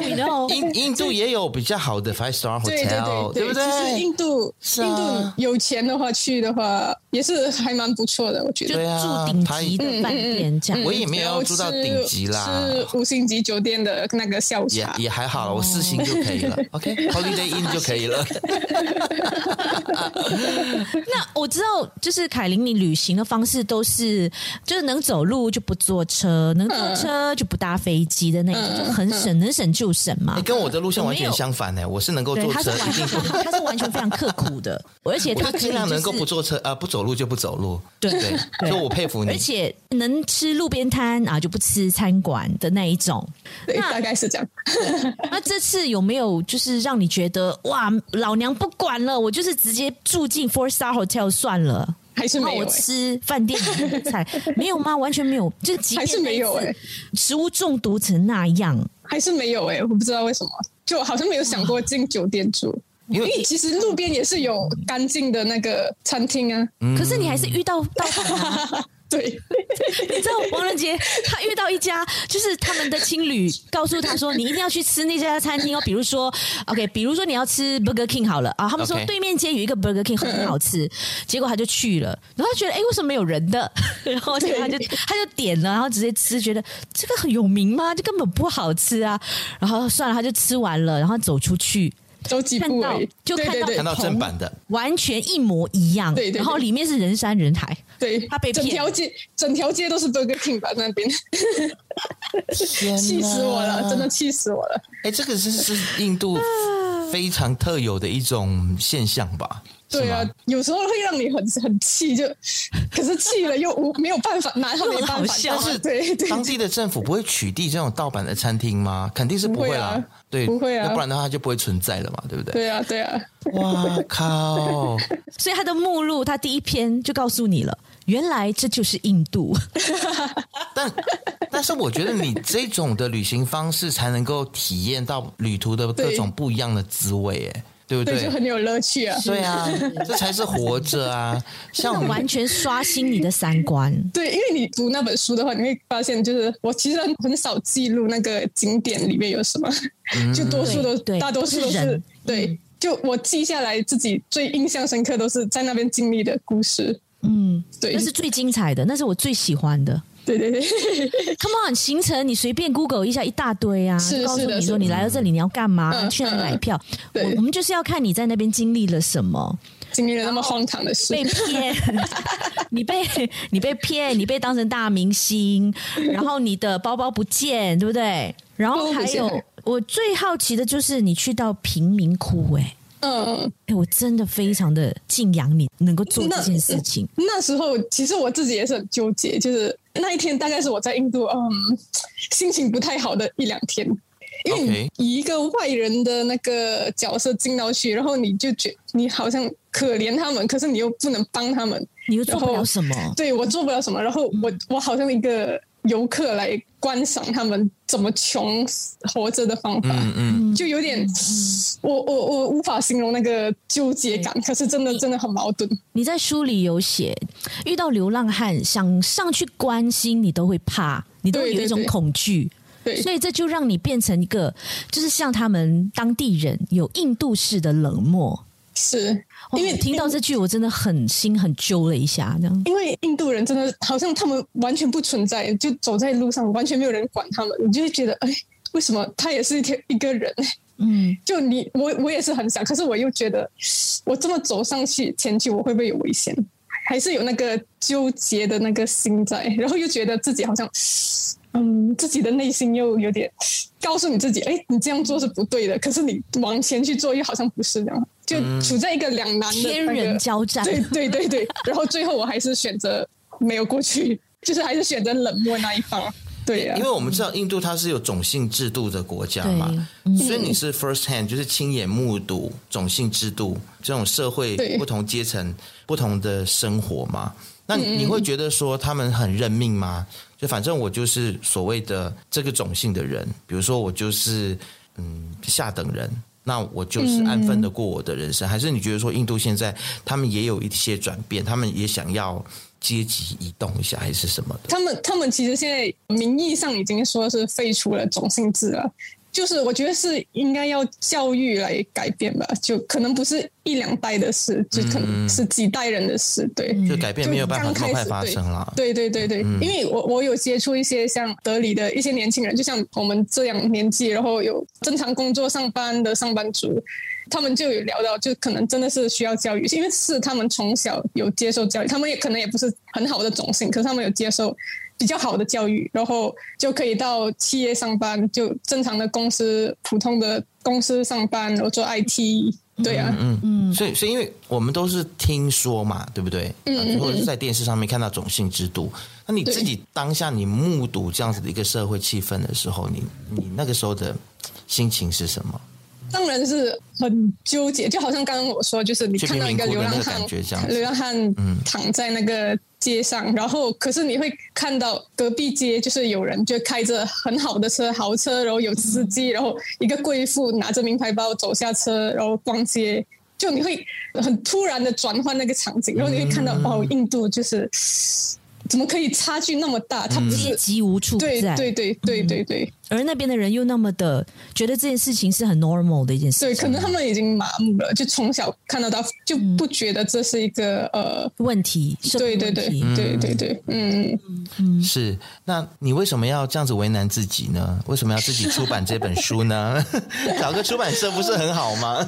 S3: 你然后
S4: 印印度也有比较好的 five star
S5: 对对
S4: hotel，
S5: 对
S4: 不
S5: 其实
S4: 对？
S5: 印度，
S4: 是
S5: 印
S4: 啊
S5: 度有钱的话去的话，也是还蛮不错的，我觉
S3: 就
S5: 得。
S4: 对啊嗯
S3: 住顶级
S4: 他
S3: 的饭店这样。
S4: 我也没有要住到顶级啦
S5: 然后吃吃五星级酒店的那个下午
S4: 也
S5: 茶。
S4: 也还好
S3: 哦
S4: 了，我四星就可以了。OK，Holiday、Inn 就可以
S3: [LAUGHS]
S4: 了。
S3: 那我知道，就是凯琳，你旅行的方式都是，就是能走路就不坐车，能
S5: 嗯
S3: 坐车就不搭飞机的那
S4: 嗯
S3: 种，就很省，能省就省嘛
S4: 你。跟我的路线完全相反呢、我是能够
S3: 对，
S4: 坐
S3: 他是
S4: 车，
S3: 完
S4: 一定
S3: 全，
S4: 不， [LAUGHS]
S3: 他是完全非常刻苦的，而且
S4: 我
S3: 他
S4: 就
S3: 可以
S4: 尽量能够
S3: 就是
S4: 不坐车，呃，不走路就不走路。
S3: 对
S4: 对，所以我佩服
S3: 而
S4: 你。
S3: 且能吃路边摊啊，就不吃餐馆的那一种。
S5: 对，
S3: 那
S5: 大概是这样。
S3: 那这次有没有就是让你觉得哇，老娘不管了，我就是直接住进 four star hotel 算了。
S5: 还是
S3: 然后
S5: 没有
S3: 我
S5: 欸
S3: 吃饭店里面的菜，没有吗？完全没有，就即便
S5: 还是没有
S3: 那一次
S5: 欸
S3: 食物中毒成那样，
S5: 还是没有哎、我不知道为什么，就好像没有想过进酒店住，
S4: 因
S5: 因
S4: 为
S5: 为其实路边也是有干净的那个餐厅啊。
S4: 嗯
S3: 可是你还是遇到到访啊、
S5: 对， [LAUGHS]
S3: 你知道王仁杰他遇到一家，就是他们的青旅告诉他说，你一定要去吃那家餐厅哦。比如说，OK，比如说你要吃 Burger King 好了啊，他们说
S4: OK
S3: 对面街有一个 Burger King 很好吃，结果他就去了，然后他觉得哎、诶为什么没有人的？ [LAUGHS] 然后就他就他就点了，然后直接吃，觉得这个很有名吗？这根本不好吃啊。然后算了，他就吃完了，然后走出去。
S5: 走几
S3: 看
S5: 步
S3: 到
S5: 而已。
S3: 就
S5: 对
S3: 看
S5: 对
S3: 到
S4: 看
S5: 对
S4: 到正版的，
S3: 完全一模一样，
S5: 对对对
S3: 然后里面是人山人海，
S5: 对，
S3: 他被
S5: 整
S3: 骗
S5: 条街整条街都是 Burger King 吧那边， [LAUGHS] 气死我了，真的气死我了。啊
S4: 哎，这个是是印度非常特有的一种现象吧？
S5: 对啊
S4: 是吗，
S5: 有时候会让你很很气，就可是气了又无没有办法，拿他没办
S3: 好
S5: 法。
S3: 笑啊
S5: 是对对，
S4: 当地的政府不会取缔这种盗版的餐厅吗？肯定是不会啦，
S5: 不会啊
S4: 对，
S5: 不会啊
S4: 要不然的话就不会存在了嘛，对不对？
S5: 对啊对啊，
S4: 哇靠！
S3: 所以它的目录，它第一篇就告诉你了，原来这就是印度。
S4: 但但是我觉得你这种的旅行方式才能够体验到旅途的各种不一样的滋味，哎，对不
S5: 对就
S4: 对？
S5: 很有乐趣啊。
S4: 对啊，这才是活着
S5: [LAUGHS]
S4: 啊！像
S3: 那
S4: 我们
S3: 完全刷新你的三观。
S5: 对，因为你读那本书的话，你会发现，就是我其实很少记录那个景点里面有什么， [LAUGHS] 就多数都
S3: 嗯对对
S5: 大多数都
S3: 都是
S5: 是
S3: 人嗯
S5: 对。就我记下来自己最印象深刻都是在那边经历的故事，
S3: 嗯，
S5: [LAUGHS] 对
S3: 那是最精彩的，那是我最喜欢的。
S5: 对对 [LAUGHS] 对，
S3: Come on，行程你随便 Google 一下一大堆啊，
S5: 是
S3: 就告诉
S5: 是的
S3: 你
S5: 是
S3: 说
S5: 的
S3: 你来到这里你要干嘛，
S5: 嗯
S3: 去哪里
S5: 嗯
S3: 买票。
S5: 对
S3: 我我们就是要看你在那边经历了什么，
S5: 经历了那么荒唐的事
S3: 被，骗， [LAUGHS] 你被你被骗，你被当成大明
S5: [LAUGHS]
S3: 星，然后你的包包不见，对不对？然后还
S5: 包包不
S3: 有
S5: 见
S3: 我最好奇的就是你去到贫民窟、哎。
S5: 嗯，
S3: 哎、我真的非常的敬仰你能够做
S5: 那
S3: 这件事情。
S5: 那时候其实我自己也是很纠结，就是那一天大概是我在印度，嗯，心情不太好的一两天，因为
S4: OK
S5: 你以一个外人的那个角色进到去，然后你就觉你好像可怜他们，可是你又不能帮他们，
S3: 你又做不
S5: 然
S3: 了
S5: 后
S3: 什么，
S5: 对我做不了什么，然后我我好像一个游客来观赏他们怎么穷活着的方法，
S4: 嗯嗯，
S5: 就有点，我我我无法形容那个纠结感，可是
S3: 嗯
S5: 真的真的很矛盾。
S3: 你在书里有写，遇到流浪汉想上去关心，你都会怕，你都会
S5: 对
S3: 有
S5: 对
S3: 一种
S5: 对
S3: 恐惧。
S5: 对
S3: 所以这就让你变成一个，就是像他们当地人有印度式的冷漠。
S5: 是
S3: 哇
S5: 因为
S3: 我听到这句，我真的很心很揪了一下，这样。
S5: 因为印度人真的好像他们完全不存在，就走在路上完全没有人管他们，你就会觉得哎，为什么他也是一天一个人？
S3: 嗯，
S5: 就你我我也是很想，可是我又觉得我这么走上去前去，我会不会有危险？还是有那个纠结的那个心在，然后又觉得自己好像，嗯，自己的内心又有点告诉你自己，哎，你这样做是不对的，可是你往前去做又好像不是这样，就处在一个两难的、那个、
S3: 嗯天人交战。
S5: 对 [LAUGHS] 对对对，然后最后我还是选择没有过去， [LAUGHS] 就是还是选择冷漠那一方。对啊呀、
S4: 因为我们知道印度它是有种姓制度的国家
S3: 对
S4: 嘛，所以你是 first hand，就是亲眼目睹种姓制度这种社会
S5: 对
S4: 不同阶层不同的生活嘛。那你你会觉得说他们很认命吗？就反正我就是所谓的这个种姓的人，比如说我就是嗯下等人，那我就是安分的过我的人生。还是你觉得说印度现在他们也有一些转变，他们也想要阶级移动一下，还是什么的？
S5: 他们他们其实现在名义上已经说是废除了种姓制了，就是我觉得是应该要教育来改变吧，就可能不是一两代的事，就可
S4: 嗯
S5: 能是几代人的事。对，
S4: 就改变没有办法这么快发生了。
S5: 对对对对，因为我我有接触一些像德里的一些年轻人，就像我们这样年纪，然后有正常工作上班的上班族，他们就有聊到，就可能真的是需要教育，因为是他们从小有接受教育，他们也可能也不是很好的种姓，可是他们有接受。比较好的教育，然后就可以到企业上班，就正常的公司、普通的公司上班，然后做 IT，对啊，
S4: 嗯嗯，所以所以因为我们都是听说嘛，对不对？嗯，或者是在电视上面看到种姓制度，那你自己当下你目睹这样子的一个社会气氛的时候，你你那个时候的心情是什么？
S5: 当然是很纠结，就好像刚刚我说，就是你
S4: 去
S5: 看到一
S4: 贫民窟的
S5: 流浪
S4: 那个
S5: 汉
S4: 感觉这样，子嗯
S5: 流浪汉躺在那个街上，然后可是你会看到隔壁街就是有人就开着很好的车，豪车，然后有司机，
S4: 嗯
S5: 然后一个贵妇拿着名牌包走下车，然后逛街。就你会很突然的转换那个场
S4: 嗯
S5: 景，然后你会看到、哦，印度就是怎么可以差距那么大？它不
S3: 阶
S4: 嗯
S5: 是、
S3: 级无处不
S5: 对
S3: 在，
S5: 对对对对对
S3: 而那边的人又那么的觉得这件事情是很 normal 的一件事情，
S5: 对，可能他们已经麻木了，就从小看到大，就不觉得这是一个、呃，
S3: 问题，社会
S5: 对对
S3: 问
S5: 对
S3: 题。
S5: 对对对，嗯，
S4: 是，那你为什么要这样子为难自己呢？为什么要自己出版这本书呢？ [LAUGHS] 找个出版社不是很好吗？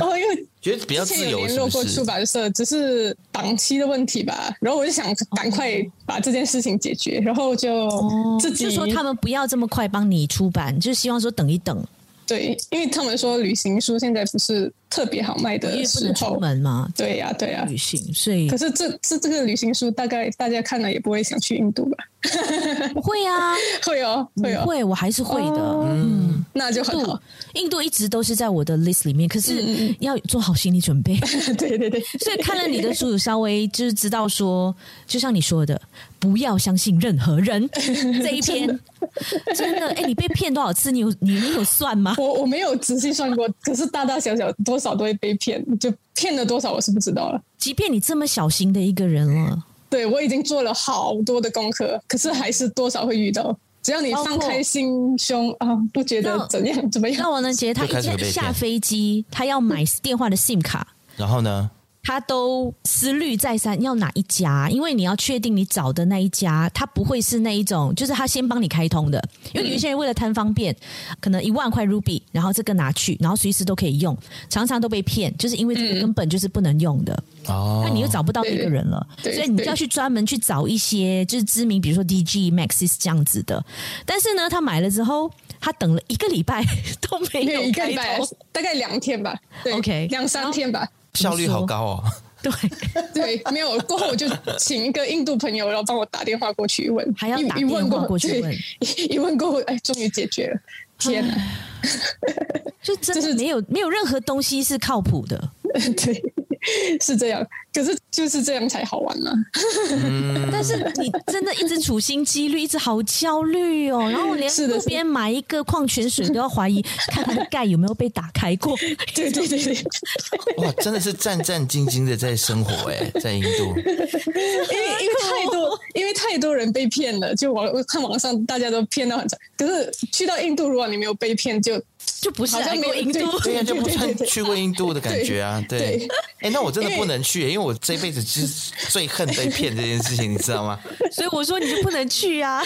S5: 哦，因为
S4: 觉得比较
S5: 之
S4: 自
S5: 前有
S4: 由
S5: 联
S4: 是
S5: 络
S4: 不
S5: 过出
S4: 是？
S5: 版社，只是档期的问题吧，然后我就想赶快把这件事情解决，然后就
S3: 哦
S5: 自己、
S3: 就说他们不要这么快帮你出版，就是希望说等一等，
S5: 对，因为他们说旅行书现在不是特别好卖
S3: 因
S5: 的
S3: 为不
S5: 时
S3: 能出
S5: 候，
S3: 门嘛，
S5: 对呀、对呀、
S3: 旅行，所以
S5: 可是这这这个旅行书，大概大家看了也不会想去印度吧？
S3: 不会啊，
S5: 会哦， [LAUGHS] 会
S3: 不
S5: 哦，
S3: 会，我还是会的。
S5: 哦
S3: 嗯，
S5: 那就很
S3: 印
S5: [LAUGHS]
S3: 度
S5: 好。
S3: 印度一直都是在我的 list 里面，可
S5: 嗯
S3: 是
S5: 嗯
S3: 要做好心理准备。 [LAUGHS]
S5: 对对对，
S3: 所以看了你的书，有稍微就是知道说，就像你说的，不要相信任何
S5: [LAUGHS]
S3: 人这一篇，真的，哎、你被骗多少次？你有你你有算吗？ [LAUGHS]
S5: [LAUGHS] 我我没有仔细算过，可是大大小小多少都会被骗，就骗了多少我是不知道了。
S3: 即便你这么小心的一个人了，
S5: [LAUGHS] 对我已经做了好多的功课，可是还是多少会遇到。只要你
S3: 包括
S5: 放开心胸啊，不觉
S3: 那
S5: 得怎样怎么样 [LAUGHS]
S3: 那，王能杰他
S4: 就开
S3: 一
S4: 始
S3: 下
S4: 被骗
S3: 下飞机，他要买电话的 SIM 卡。
S4: 然后呢？
S3: 他都思虑再三，要哪一家？因为你要确定你找的那一家，他不会是那一种，就是他先帮你开通的。因为有一些人为了贪方便，可能一万块 Ruby，然后这个拿去，然后随时都可以用，常常都被骗，就是因为这个根本就是不能用的。
S4: 哦，
S3: 那你又找不到那个人了，所
S5: 对对
S3: 以你就要去专门去找一些就是知名，比如说 DG、Maxis 这样子的。但是呢，他买了之后，他等了一个礼拜 [LAUGHS] 都没
S5: 因
S3: 有
S5: 为一个
S3: 开
S5: 礼拜
S3: 通，
S5: 大概两天吧，对
S3: OK
S5: 两三天吧，
S4: 效率好高哦。
S3: 对，
S5: 对，没有过后我就请一个印度朋友，然后帮我打电话过去问，
S3: 还要打
S5: 一一问
S3: 电话过去
S5: 对
S3: 问
S5: [LAUGHS] 一一问过后，哎，终于解决了，天哪，
S3: 就真
S5: 就
S3: 的
S5: 是
S3: 没有没有任何东西是靠谱的。
S5: [LAUGHS] 对，是这样，可是就是这样才好玩嘛， [LAUGHS]
S3: 但是你真的一直处心积虑，一直好焦虑哦。然后连
S5: 是的
S3: 路边买一个矿泉水都要怀疑，看它的盖有没有被打开
S5: [LAUGHS]
S3: 过。
S5: 对对对
S4: [LAUGHS]
S5: 对。
S4: 哇，真的是战战兢兢的在生活哎、在印度。
S5: 因为因为太多，因为太多人被骗了，就网我看网上大家都骗到很惨。可是去到印度，如果你没有被骗，就
S3: 就不是
S5: 好像
S3: 来
S5: 没有
S3: 过印度，
S4: 对呀、就不
S5: 对对
S4: 像
S5: 对
S4: 去过印度的感觉啊。
S5: 对
S4: 对
S5: 对，
S4: 哎、那我真的
S5: 因为
S4: 不能去、因为我这辈子就是最恨被骗这件事情，你知道吗？
S3: [LAUGHS] 所以我说你就不能去
S5: [LAUGHS]
S3: 啊。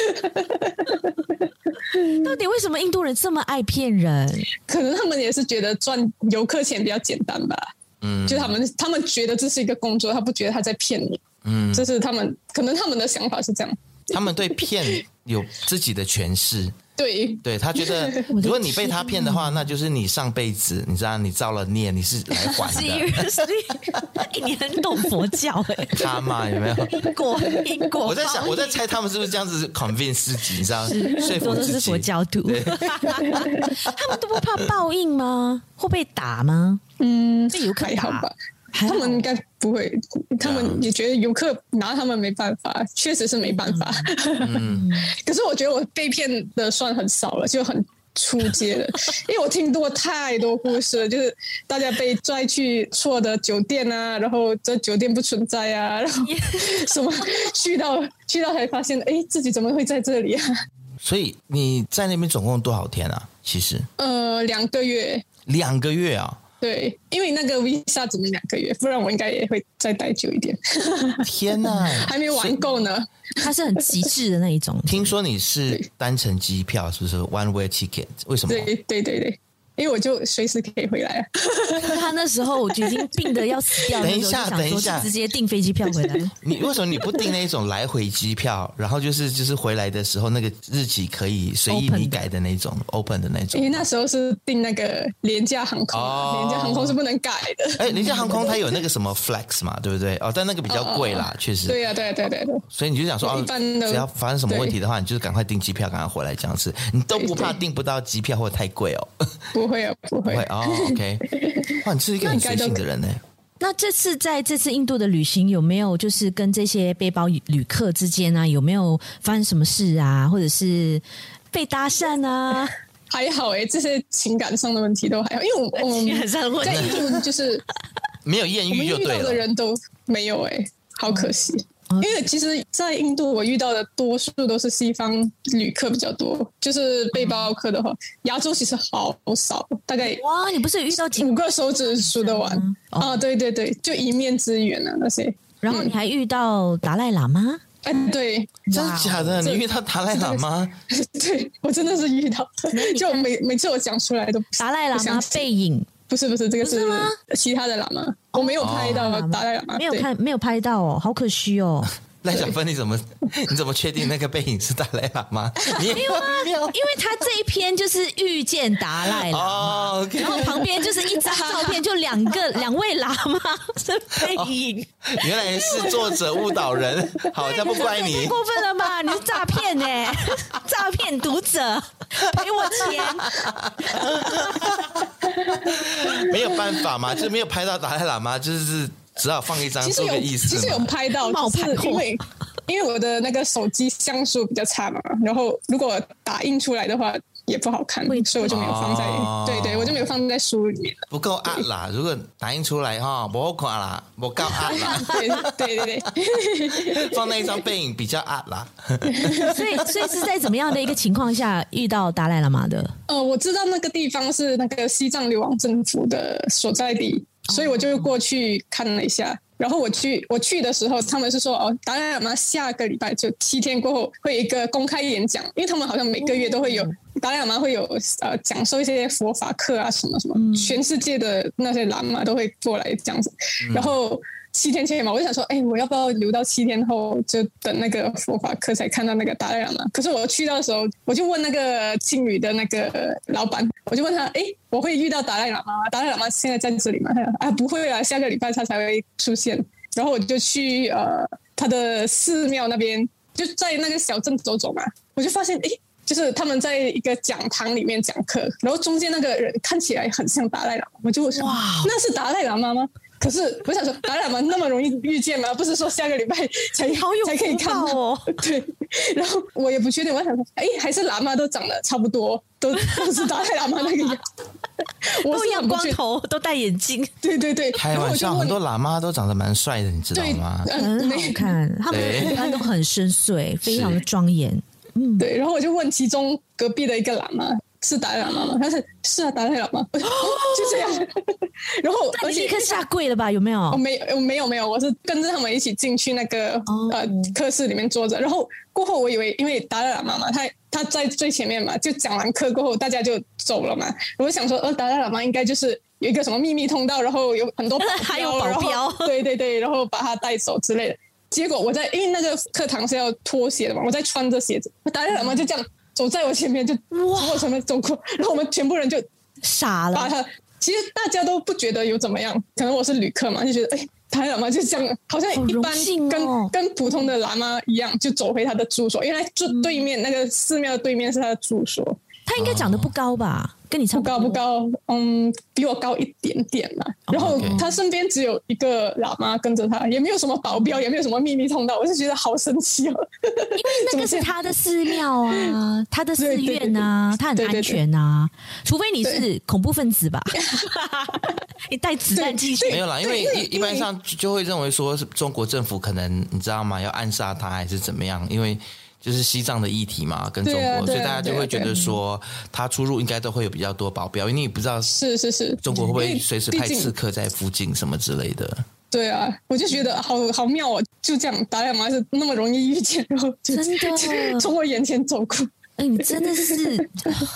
S3: 到底为什么印度人这么爱骗人？
S5: 可能他们也是觉得赚游客钱比较简单吧。
S4: 嗯
S5: 就他们他们觉得这是一个工作，他不觉得他在骗你，
S4: 嗯，
S5: 这是他们可能他们的想法是这样。
S4: 他们对骗有自己的诠释。
S5: 对，
S4: 对他觉得，如果你被他骗的话，那就是你上辈子，你知道你造了孽，你是来还
S3: [LAUGHS]
S4: 的。
S3: Seriously，哎你很懂佛教
S5: [LAUGHS]
S3: 哎、
S4: 他嘛有没有？
S3: 英国英国，
S4: 我在想，我在猜他们是不是这样子 convince 自己，你知道，说
S3: 很
S4: 服
S3: 多都
S4: 自
S3: 是佛
S4: 己。
S3: 教徒， [LAUGHS] 他们都不怕报应吗？会被打吗？
S5: 嗯，
S3: 这游客
S5: 还好
S3: 打
S5: 吧。
S3: 还
S5: 他
S3: 好
S5: 们应该不会，他们也觉得游客拿他们没办法，确实是没办法。
S3: 嗯
S5: [LAUGHS] 可是我觉得我被骗的算很少了，就很出街
S3: [LAUGHS]
S5: 的，因为我听多太多故事了，就是大家被拽去错的酒店啊，然后这酒店不存在
S3: [LAUGHS]
S5: 啊，然后什么去到去到才发现，哎，自己怎么会在这里啊？
S4: 所以你在那边总共多少天啊？其实
S5: 呃，两个月。
S4: 两个月啊！
S5: 对，因为那个 visa 只能两个月，不然我应该也会再待久一点，
S4: 天哪，。
S5: [LAUGHS] 还没玩够呢。
S3: 他是很极致的那一种 [LAUGHS]
S4: 听说你是单程机票，是不是 one way ticket？为什么？
S5: 对对对对，因为我就随时可以回来啊。
S3: 他那时候我就已经病得要死掉了，
S4: 等一下
S3: 我就想
S4: 等
S3: 说
S4: 一下
S3: 就直接订飞机票回来。
S4: [LAUGHS] 你为什么你不订那一种来回机票，然后就是就是回来的时候那个日期可以随意
S3: Open
S4: 你
S3: 的
S4: 改的那种 open 的那种
S5: 因为？那时候是订那个廉价航空啊，
S4: 哦
S5: 廉价航空是不能改的。
S4: 哎，人家航空它有那个什么 flex 嘛，对不对？哦，但那个比较贵啦，确实。
S5: 对呀、啊对呀、对呀、对呀、对呀
S4: 所以你就想说，哦
S5: 一，般的
S4: 只要发生什么问题的话，你就是赶快订机票，赶快回来这样子，你都不怕
S5: 对对
S4: 订不到机票或太贵哦？
S5: 不会啊，不
S4: 不 [LAUGHS]
S5: 会
S4: 会。哦，OK，哇，你是一个很随性的人呢。
S3: 那这次在这次印度的旅行有没有就是跟这些背包旅客之间啊，有没有发生什么事啊，或者是被搭讪
S5: [LAUGHS]
S3: 啊？
S5: 还好哎、这些情感上的问题都还好，因为我我
S3: 情感
S5: 们
S3: 上的问
S5: 在印
S3: 题
S5: 度就是
S4: 没有艳
S5: 我们
S4: 遇就
S5: 遇
S4: 对了
S5: 到的。人都没有哎、好可惜。因为其实，在印度我遇到的多数都是西方旅客比较多，就是背包客的话，亚洲其实好少，大概
S3: 哇，哦你不是有遇到几
S5: 五？个手指数得完
S3: 嗯哦
S5: 啊！对对对，就一面之缘啊那些。
S3: 然后你还遇到达赖喇嘛？
S5: 哎，
S3: 嗯
S5: 对 [LAUGHS]
S4: 真的假的？你遇到达赖喇嘛？
S5: 对，我真的是遇到，就每每次我讲出来都不
S3: 达赖
S5: 不
S3: 喇嘛
S5: 相信
S3: 背影
S5: 不是不是，这个
S3: 不
S5: 是
S3: 是吗
S5: 其他的喇嘛，我没有拍到
S3: 哦
S5: 达赖喇嘛，
S3: 没有
S5: 对
S3: 看，没有拍到哦，好可惜哦。
S4: 赖小芬，你怎么
S5: [LAUGHS]
S4: 你怎么确定那个背影是达赖喇嘛？你也
S5: 啊
S4: 很
S3: 因
S4: 妙
S3: 为他这一篇就是遇见达赖了。
S4: 哦，OK，
S3: 然后旁边就是一张照片，就两个 [LAUGHS] 两位喇嘛是背
S5: 哦
S3: 影，
S4: 原来是作者误导人，好，这不怪
S3: 太
S4: 你。
S3: 过分了吧？你是诈骗哎、 [LAUGHS] 诈骗读者，赔我钱！
S4: 没有办法嘛，就是没有拍到达赖喇嘛，就是只好放一张
S5: 其实
S4: 做
S5: 有
S4: 个意思
S5: 其
S4: 嘛。
S5: 实有拍到，
S3: 冒
S5: 就
S3: 牌
S5: 是
S3: 货
S5: 因为因为我的那个手机像素比较差嘛，然后如果打印出来的话也不好看，所以我就没有放在，
S4: 哦
S5: 对对，我就没有放在书里面。
S4: 不够暗啦，如果打印出来哈，不好看啦，不够暗啦，
S5: 对对对对，
S4: 放那一张背影比较暗
S5: [LAUGHS]
S4: 啦。
S3: 所以，所以是在怎么样的一个情况下遇到达赖喇嘛的？
S5: 呃，我知道那个地方是那个西藏流亡政府的所在地，所以我就过去看了一下。然后我去我去的时候，他们是说哦，达赖喇嘛下个礼拜就七天过后会有一个公开演讲，因为他们好像每个月都会有达赖喇嘛会有呃讲授一些佛法课啊什么什么，全世界的那些喇嘛都会过来这样子。然后七天前嘛，我就想说，哎，我要不要留到七天后就等那个佛法课才看到那个达赖喇嘛？可是我去到的时候，我就问那个青旅的那个老板，我就问他，哎，我会遇到达赖喇嘛吗？达赖喇嘛现在在这里吗？他说啊，不会啊，下个礼拜他才会出现。然后我就去呃他的寺庙那边，就在那个小镇走走嘛，我就发现，哎。就是他们在一个讲堂里面讲课，然后中间那个人看起来很像达赖喇嘛，我就想，那是达赖喇嘛吗？可是我想说，达赖喇嘛那么容易遇见吗？不是说下个礼拜才
S3: 好有
S5: 才可以
S3: 福
S5: 看
S3: 报
S5: 到
S3: 哦
S5: [LAUGHS] 对，然后我也不确定，我想说，哎，还是喇嘛都长得差不多，都都是达赖喇嘛那个样，我
S3: 都一
S5: 是
S3: 样
S5: 很不
S3: 光
S5: 确
S3: 头，都戴眼镜，
S5: 对对对，
S4: 开
S5: 然后我
S4: 玩
S5: 就
S4: 笑，很
S5: 问，
S4: 多喇嘛都长得蛮帅的，你知道
S5: 对，
S4: 吗？
S5: 嗯，哎
S3: 很好
S5: 没
S3: 看，他们
S4: 对
S3: 的图案都很深邃，非常的庄严。
S5: 对，然后我就问其中隔壁的一个喇嘛是达赖喇嘛吗？他说是啊，达赖喇嘛。我就哦就这样，然后
S3: 那
S5: 而
S3: 你
S5: 且嗯
S3: 立刻下跪了吧？有没
S5: 我
S3: 有？
S5: 没我没有没有，我是跟着他们一起进去那个、
S3: 哦
S5: 呃课室里面坐着，然后过后我以为因为达赖喇嘛嘛，他他在最前面嘛，就讲完课过后大家就走了嘛，我想说呃达赖喇嘛应该就是。有一个什么秘密通道，然后有很多
S3: [LAUGHS] 还有保
S5: 然后
S3: 镖
S5: 对对对，然后把他带走之类的。结果我在因为那个课堂是要脱鞋的嘛，我在穿着鞋子，达赖喇嘛就这样走在我前面，就从我前面走过，然后我们全部人就
S3: 傻
S5: 把
S3: 了，
S5: 他，啊其实大家都不觉得有怎么样，可能我是旅客嘛，就觉得哎，他喇嘛就这样，好像
S3: 好
S5: 一
S3: 荣
S5: 般
S3: 幸
S5: 跟、
S3: 哦
S5: 跟普通的喇嘛一样，就走回他的住所。原来住对面、那个寺庙对面是他的住所，
S3: 他应该长得不高吧？跟你差
S5: 不
S3: 不多
S5: 高不高，嗯，比我高一点点嘛。
S3: 哦
S5: 然后
S4: OK
S5: 他身边只有一个喇嘛跟着他，也没有什么保镖，也没有什么秘密通道，我就觉得好神奇
S3: [LAUGHS]
S5: 哦。
S3: 那个是他的寺庙啊，他的寺院啊，他很
S5: 对对对
S3: 安全啊，除非你是恐怖分
S5: [LAUGHS]
S3: 子吧，你带子弹进去
S4: [LAUGHS]
S5: 对
S4: 没有啦，因为
S5: [LAUGHS]
S4: 一一般上就就会认为说是中国政府可能你知道吗？要暗杀他还是怎么样？因为就是西藏的议题嘛，跟中
S5: 对
S4: 国，
S5: 啊
S4: 所
S5: 对啊
S4: 以大家就
S5: 对啊
S4: 会觉
S5: 对
S4: 得
S5: 啊
S4: 说他出入应该都会有比较多保镖，因为你不知道
S5: 是是是，
S4: 中国会不
S5: 因
S4: 会
S5: 为
S4: 随时
S5: 毕
S4: 派
S5: 竟
S4: 刺客在附近什么之类的。
S5: 对啊，我就觉
S3: 嗯
S5: 得好好妙哦，就这样达赖喇嘛是那么容易遇见，然后 [LAUGHS] 就
S3: 真的
S5: 从我眼前走过。
S3: 哎，你真的是，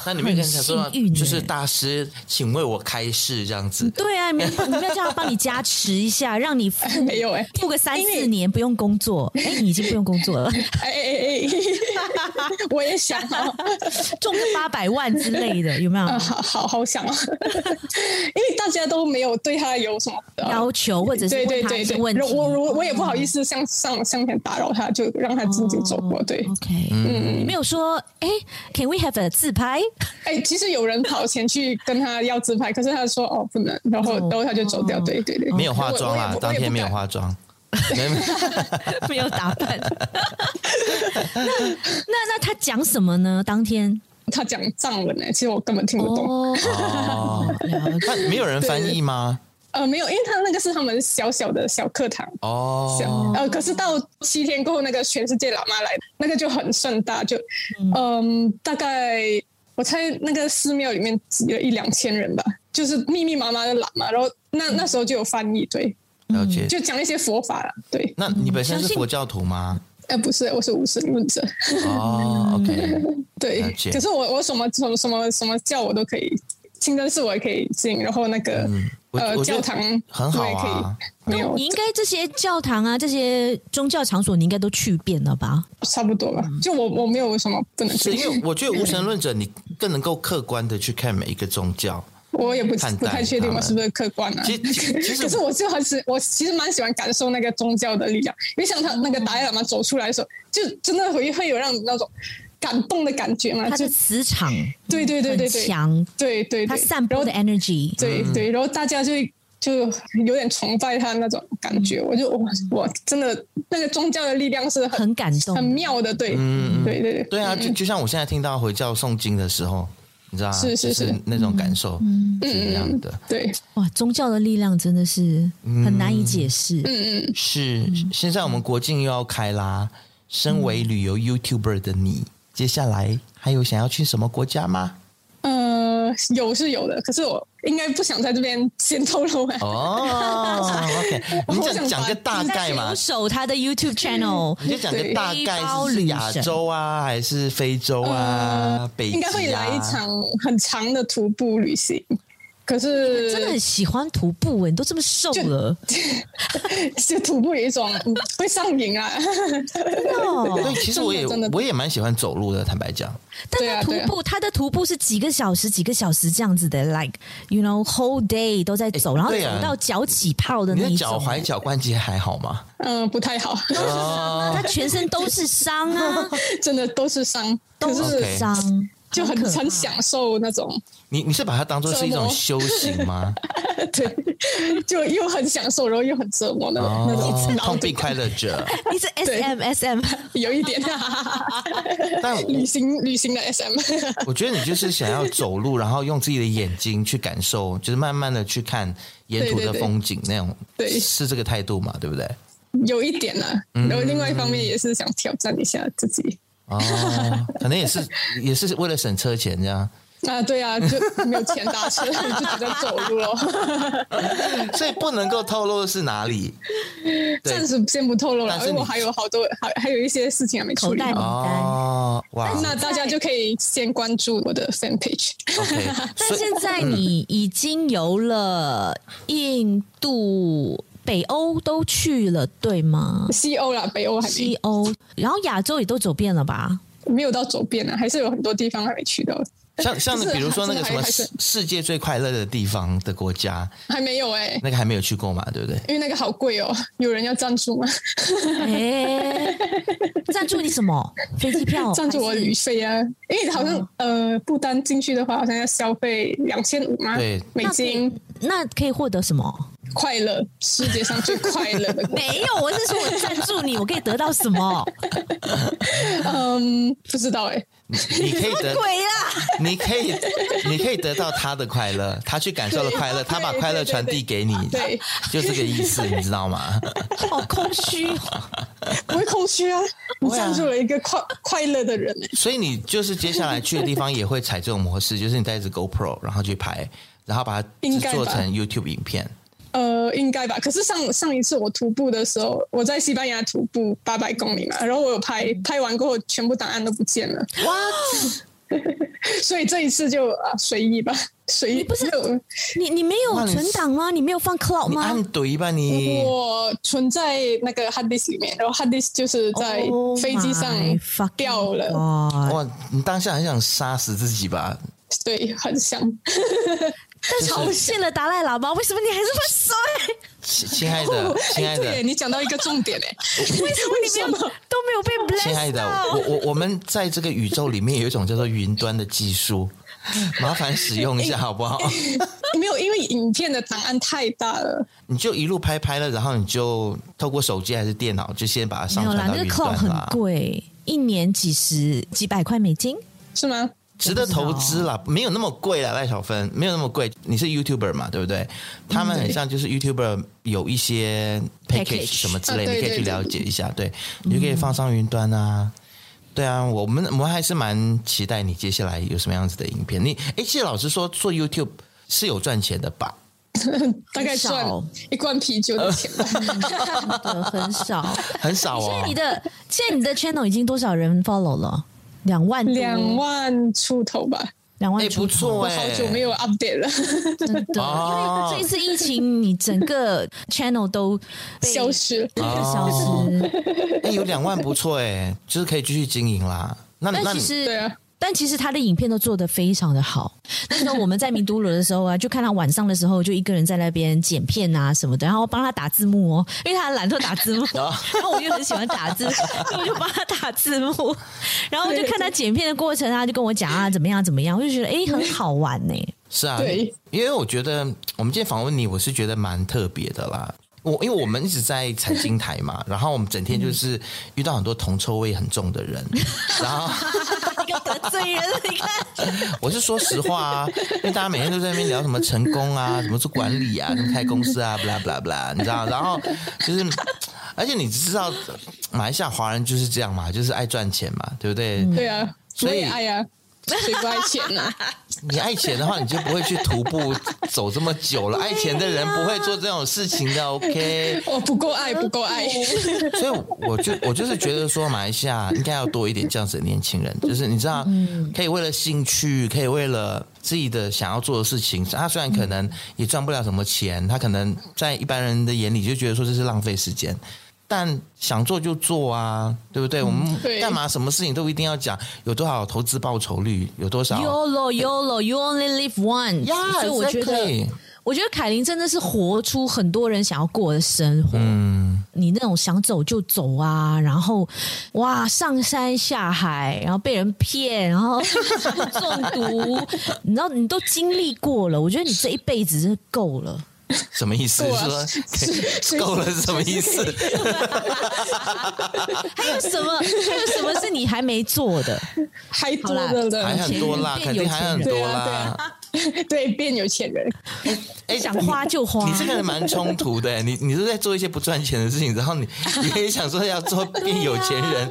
S4: 那你们跟他说
S3: 很幸运欸
S4: 就是大师，请为我开示这样子。
S3: 对啊，你们你们要叫他帮你加持一下，让你付
S5: 没有哎、
S3: 付个三
S5: 因为
S3: 四年不用工作，哎，你已经不用工作
S5: [LAUGHS]
S3: 了，
S5: 哎哎哎哎， [LAUGHS] 我也想哦，
S3: 中个八百万之类的，有没有
S5: 啊， [LAUGHS] 好好好想哦，因为大家都没有对他有什么呃
S3: 要求，或者是
S5: 对对
S3: 问他一
S5: 对
S3: 些
S5: 对，
S3: 问题？嗯
S5: 我我我也不好意思向上向前打扰他，就让他自己走
S3: 哦
S5: 过。对，
S3: OK，你没
S4: 嗯
S5: 嗯
S3: 有说，哎，Can we have a 自拍？
S5: 哎，其实有人跑前去跟他要自拍，可是他说哦不能，然后然后他就走掉。对对
S3: 哦
S5: 对，
S4: 没有化妆
S5: 我我也
S4: 啦
S5: 不，
S4: 当天没有。化妆。没没
S3: [LAUGHS] 没有打扮。那那那他讲什么呢？当天
S5: 我也不敢他讲藏文呢，欸其实我根本听不懂。
S3: 哦，
S4: [LAUGHS] 哦，
S3: 了解
S4: 那没有人翻译吗？
S5: 呃，没有，因为他那个是他们小小的小课堂，小、
S4: 哦，
S5: 呃，可是到七天过后，那个全世界喇嘛来，那个就很盛大，就嗯、大概我猜那个寺庙里面挤了一两千人吧，就是密密麻麻的喇嘛，然后那那时候就有翻译，对，
S4: 了解。
S5: 就讲一些佛法啦，对，
S4: 那你本身
S3: 相
S4: 是
S3: 信
S4: 佛教徒吗？
S5: 呃，不是，我是无神论者，
S4: 哦，OK， [LAUGHS]
S5: 对
S4: 了解，
S5: 可是我我什么什么什么什么教我都可以。清真寺我也可以进，然后那个、
S4: 嗯我
S5: 呃
S4: 我觉
S5: 教
S4: 得
S5: 堂
S4: 很好
S5: 我也可
S4: 啊
S5: 以，没有
S3: 你应该这些教堂啊，这些宗教场所，你应该都去遍了吧？
S5: 差不多吧？就我我没有为什么不
S4: 嗯
S5: 能
S4: 是 [LAUGHS]
S5: 进
S4: 因，为我觉得无神论者，你更能够客观的去看每一个宗教。
S5: [LAUGHS] 我也不
S4: 看待
S5: 不太确定
S4: 他
S5: 我
S4: 们
S5: 是不是客观啊。 [LAUGHS]
S4: 其其其实
S5: 可是我就很喜，我其实蛮喜欢感受那个宗教的力量，因为像他那个达赖喇嘛走出来的时候，就真的会会有让你那种感动的感觉嘛，
S3: 它
S5: 就
S3: 的磁场
S5: 对对对
S3: 很
S5: 对对
S3: 强，
S5: 对对，
S3: 它
S5: 对
S3: 散播的
S5: 然后
S3: energy，
S5: 对
S4: 嗯
S5: 对，然后大家就就有点崇拜他那种感觉，
S4: 嗯
S5: 我就我我真的那个宗教的力量是很
S3: 很感动
S5: 很。妙的，对，对对嗯对，
S4: 对啊，就就像我现在听到回教诵经的时候，你知道吗？啊
S5: 是是嗯
S4: 就是那种感受是一样的。
S5: 对，
S3: 哇，宗教的力量真的是很难以解释。
S5: 嗯嗯，
S4: 是，现在我们国境又要开啦。身为旅游 YouTuber 的你，接下来还有想要去什么国家吗？
S5: 呃，有是有的，可是我应该不想在这边先透露啊。
S4: 哦，OK，你
S5: [LAUGHS] 我
S4: 讲
S5: 想
S4: 讲个
S5: 把
S4: 大概嘛
S3: 留，守他的
S5: 嗯
S3: YouTube channel，
S4: 你就讲个
S5: 对
S4: 大
S3: 背包
S4: 概是
S3: 旅
S4: 亚
S3: 程
S4: 洲啊，还是非洲啊
S5: 呃，
S4: 北极啊？
S5: [LAUGHS] 应该会来一场很长的徒步旅行。可是
S3: 真的很喜欢徒步欸，你都这么瘦了，
S5: 就徒步有一种嗯会上瘾啊， [LAUGHS]
S3: 哦
S4: 对，其实我也
S5: 真的真的
S4: 我也蛮喜欢走路的，坦白讲，
S3: 但
S5: 对
S3: 他
S5: 啊
S3: 徒
S5: 对啊
S3: 步，他的徒步是几个小时、几个小时这样子的，like you know whole day 都在走，然后
S4: 对啊
S3: 走到脚起泡的
S4: 你
S3: 那
S4: 的
S3: 一
S4: 脚
S3: 种。 [LAUGHS]
S4: 踝脚关节还好吗？
S5: 嗯、不太好， [LAUGHS]
S3: 他全身都是伤啊，
S5: 真的 [LAUGHS] 都是伤，可
S3: 都
S5: 是
S3: 是伤，
S5: 就很
S3: 好可怕
S5: 很享受那种， [LAUGHS]
S4: 你你是把它当做是一种
S5: 折磨
S4: 修行吗？
S5: 对，就又很享受，然后又很折磨 [LAUGHS] 那种、那
S4: 哦
S5: 种，，
S4: 痛并快乐着。
S3: 你是 S
S5: [LAUGHS] 对
S3: M S M，
S5: 有一点、啊
S4: 但
S5: 旅行旅行的 SM，
S4: 我觉得你就是想要走路，然后用自己的眼睛去感受，就是慢慢的去看沿途
S5: 对
S4: 的
S5: 对对
S4: 风景那种，
S5: 对
S4: 是这个态度嘛，对不对？
S5: [LAUGHS] 有一点啊，然后另外一方面也是想挑战一下自己。 [LAUGHS]
S4: 哦，可能也是也是为了省车钱这样，
S5: 啊，对啊，就没有钱搭车， [LAUGHS] 就只能走路咯。 [LAUGHS]
S4: 所以不能够透露是哪里。对
S5: 暂时先不透露了
S4: 但，是
S5: 因为
S4: 你
S5: 我还有好多，还还有一些事情还没处
S3: 口
S5: 理
S3: 袋。名
S4: [LAUGHS]
S3: 单。
S4: 哦，哇
S5: 那大家就可以先关注我的 fan page。 [LAUGHS]
S4: ，OK，
S3: 但
S4: 所以嗯
S3: 现在你已经游了印度、北欧都去了，对吗？
S5: 西欧啦，北欧还
S3: 西
S5: 没
S3: 欧，然后亚洲也都走遍了
S5: [LAUGHS]
S3: 吧？
S5: 没有到走遍呢，还是有很多地方还没去到，
S4: 像像
S5: 就是
S4: 比如说那个什么
S5: 还是
S4: 世世界最快乐的地方的国家，
S5: 还没有哎、
S4: 那个还没有去过嘛，对不对？ [LAUGHS]
S5: 因为那个好贵哦，有人要赞助吗？ [LAUGHS]
S3: 哎，赞助你什么？飞机票？
S5: 赞助我
S3: 还是嗯
S5: 旅费啊，因为好像、呃，不丹进去的话，好像要消费两千五吗？
S4: 对
S5: 美金，
S3: 那可以获得什么？
S5: 快乐，世界上最快乐
S3: [LAUGHS]
S5: 的国，
S3: 没有，我是说我赞助你，我可以得到
S4: [LAUGHS]
S3: 什么？
S5: 嗯，不知道哎、
S4: 你可以得，
S3: 鬼啦！
S4: 你可以，你可以得到他的快乐，他去感受了快乐，
S5: [LAUGHS] 对
S4: 他把快乐传递给你，
S5: 对，
S4: [LAUGHS] 就这个意思，你知道吗？ [LAUGHS]
S3: 好空虚哦，
S5: 不会
S3: [LAUGHS]
S5: 空虚啊，你
S4: 会啊
S5: 赞助了一个快快乐的人、欸，
S4: 所以你就是接下来去的地方也会采这种模式，就是你带着 GoPro 然后去拍，然后把它制
S5: 应该吧
S4: 作成 YouTube 影片。
S5: 呃，应该吧。可是上上一次我徒步的时候，我在西班牙徒步八百公里嘛，然后我有拍
S3: 嗯
S5: 拍完过后，全部档案都不见了。哇！所以这一次就啊随意吧，随意。
S3: 你不是嗯
S5: 没
S3: 你
S5: 有
S3: 你没有
S4: 哇你
S3: 存档吗？你没有放
S4: [LAUGHS]
S3: cloud
S4: 你
S3: 吗
S4: 按？怼吧你，
S5: 哦我存在那个 hard disk 里面，然后 hard disk 就是在
S3: Oh
S5: 飞机上
S3: my fucking
S5: 掉了
S3: God
S4: 哇，你当下很想杀死自己吧？
S5: 对，很像。
S3: 但是我谢了达赖喇嘛，为什么你还是不衰？
S4: 亲亲爱
S3: [LAUGHS]
S5: [LAUGHS]
S4: 的，啊亲爱
S5: 哎对耶，
S4: 的。
S5: 你讲到一个重点哎，
S3: 为什么你没有
S5: [LAUGHS] 为什么
S3: 都没有被
S4: [LAUGHS]
S3: blessed 啊
S4: 亲爱的，
S3: 到
S4: 我我我们在这个宇宙里面有一种叫做云端的技
S3: [LAUGHS]
S4: 术，麻烦使用一下好不好？
S5: 没有，因为影片的档案太大了，
S4: 你就一路拍拍了，然后你就透过手机还是电脑，就先把它
S3: 没
S4: 上
S3: 有啦
S4: 传，到
S3: 那个
S4: 云
S3: cloud
S4: 端
S3: 很
S4: 啦。
S3: 贵，一年几十几百块美
S4: [LAUGHS]
S3: 金。
S5: 是吗？
S4: 值得投资啦，没有那么贵啦，赖小芬没有那么贵。你是 YouTuber 嘛，对不
S3: 嗯
S4: 对？他们很像就是 YouTuber 有一些
S3: Package
S4: package 什么之类，
S5: 啊对
S4: 你可以
S5: 对
S4: 去
S5: 对
S4: 了解一下。对，
S3: 嗯
S4: 你就可以放上云端啊。对啊，我们我们还是蛮期待你接下来有什么样子的影片。你哎，谢老师说做 YouTube 是有赚钱的吧？
S5: 大概
S3: 少
S5: 赚一罐啤酒的钱吧。
S3: 呃，很少。
S4: 很少
S3: 现
S4: 哦
S3: 在，你的现在你的 channel 已经多少人 follow 了？两万多
S5: 两万出头吧，
S3: 两万
S4: 哎
S3: 出
S4: 不
S3: 头。
S4: 错
S5: 我
S4: 哎，
S5: 好久没有 update 了，
S3: 真的，
S4: 哦
S3: 因为这一次疫情，你整
S5: [LAUGHS]
S3: 个 channel 都被
S5: 消失。哦
S3: 消失。
S4: 哎有两万不错哎，就是可以继续经营啦。那那
S3: 但
S4: 你
S3: 其实
S5: 对啊，
S3: 但其实他的影片都做得非常的好。那时候我们在明都罗的时候啊，就看他晚上的时候就一个人在那边剪片啊什么的，然后帮他打字幕哦，因为他很懒惰打
S5: [LAUGHS]
S3: 字幕，
S5: 哦
S3: 然后我又很喜欢打字，所以我就帮他打字幕，然后就看他剪片的过程啊，他就跟我讲啊怎么样怎么样，我就觉得哎、诶很好玩
S5: [LAUGHS]
S3: 呢、
S4: 是啊，
S5: 对
S4: 因为我觉得我们今天访问你，我是觉得蛮特别的啦。我因为我们一直在财经台
S5: [LAUGHS]
S4: 嘛，然后我们整天就是遇到很多铜臭味很重的人，然后
S3: 一个得罪人，你看，
S4: 我是说实话啊，因为大家每天都在那边聊什么成功啊，什么做管理啊，什么开公司啊，blah blah blah，你知道？然后就是，而且你知道马来西亚华人就是这样嘛，就是爱赚钱嘛，对不对？
S5: 对啊，
S4: 所以
S5: 我也爱啊，谁不爱钱
S4: [LAUGHS]
S5: 呢、啊？
S4: 你爱钱的话，你就不会去徒步走这么久了。爱钱的人不会做这种事情的，OK？
S5: 我哦不够爱，不够爱。
S4: 所以我就我就是觉得说，马来西亚应该要多一点这样子的年轻人，就是你知道，可以为了兴趣，可以为了自己的想要做的事情，他虽然可能也赚不了什么钱，他可能在一般人的眼里就觉得说这是浪费时间。但想做就做啊，对不对？我们
S5: 对
S4: 干嘛什么事情都一定要讲有多少投资报酬率，有多少
S3: Yolo Yolo You only live once，
S4: 呀？
S3: 所以我觉得，
S4: exactly
S3: 我觉得凯琳真的是活出很多人想要过的生活。你那种想走就走啊，然后哇上山下海，然后被人骗，然后中毒，你知道你都经历过了，我觉得你这一辈子真的够了。
S4: 什么意思？
S5: 够
S4: 是
S5: 了
S4: 说可以够了是什么意思？
S3: 还有什么？还有什么是你还没做的？
S5: 还多的
S4: 还
S5: 人，
S4: 很多啦，肯
S3: 变有
S4: 定还很
S5: 钱人
S4: 多啦。
S5: 对啊 [LAUGHS] 对，变有钱人。
S4: 哎
S3: 想花就花
S4: 你这个人蛮冲突的，你你是在做一些不赚钱的事情，然后你 [LAUGHS] 你也想说要做变有钱
S3: [LAUGHS]
S4: 人，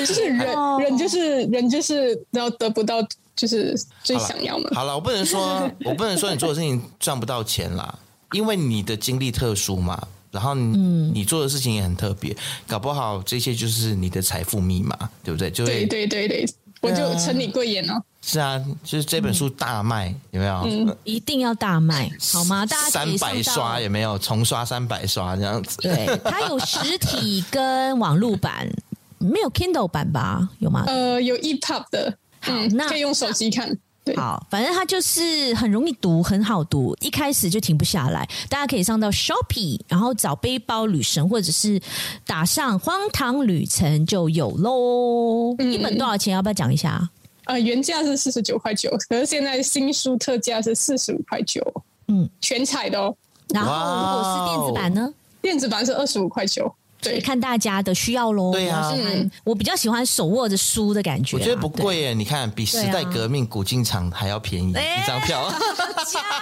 S5: 就是人，
S4: 哦
S5: 人就是人，就是然后得不到，就是最想要嘛。
S4: 好了，我不能说，我不能说你做的事情赚不到钱啦，因为你的经历特殊嘛，然后你、
S3: 嗯
S4: 你做的事情也很特别，搞不好这些就是你的财富密码，对不对？嗯就
S5: 对
S4: 会
S5: 对对对，我就承你贵言哦。
S4: 是啊，就是这本书大卖，有没有？
S3: 一定要大卖，好吗？嗯啊大家可
S4: 三
S3: 以
S4: 百
S3: 上到
S4: 刷有没有？重刷三百刷这样子。
S3: 对，它有实体跟网络版，没有 Kindle 版吧？有吗？
S5: 呃，有 EPUB 的，嗯
S3: 那，
S5: 可以用手机看。对，
S3: 好，反正它就是很容易读，很好读，一开始就停不下来。大家可以上到 Shopee，然后找背包旅神，或者是打上荒唐旅程就有喽。一本多少钱？要不要讲一下？
S5: 呃，原价是四十九块九，可是现在新书特价是四十五块九，
S3: 嗯，
S5: 全彩的哦，
S3: 然后如果是电子版呢？
S5: 电子版是二十五块九。
S3: 所以
S5: 对，嗯
S3: 看大家的需要喽。
S4: 对啊
S3: 我喜欢我比较喜欢手握着书的感觉啊、啊
S4: 我觉得不
S3: 对
S4: 贵耶，你看比时代革命古晋场还要便宜、
S3: 哎
S4: 一张票。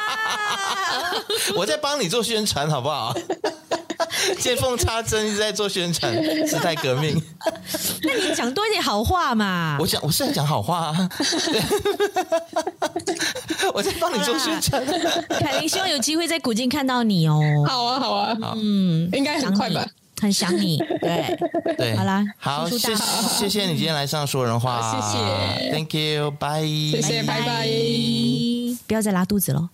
S4: [LAUGHS] 我在帮你做宣传，好不好？见缝插针一直在做宣传，时代革命。
S3: 那你讲多一点好话嘛。
S4: 我讲，我是在讲好话啊， [LAUGHS] 我在帮你做宣传。
S3: 凯琳希望有机会在古今看到你哦。
S5: 好啊，好啊，
S3: 嗯，
S5: 应该很快吧？
S3: 很想你，对，
S4: 对，
S3: 好啦
S4: 好，
S3: 祝
S4: 谢
S3: 大家好
S4: 谢谢你今天来上说人话，
S5: 好谢谢
S4: ，Thank you，拜，谢
S5: 谢谢，拜拜。
S3: 不要再拉肚子了。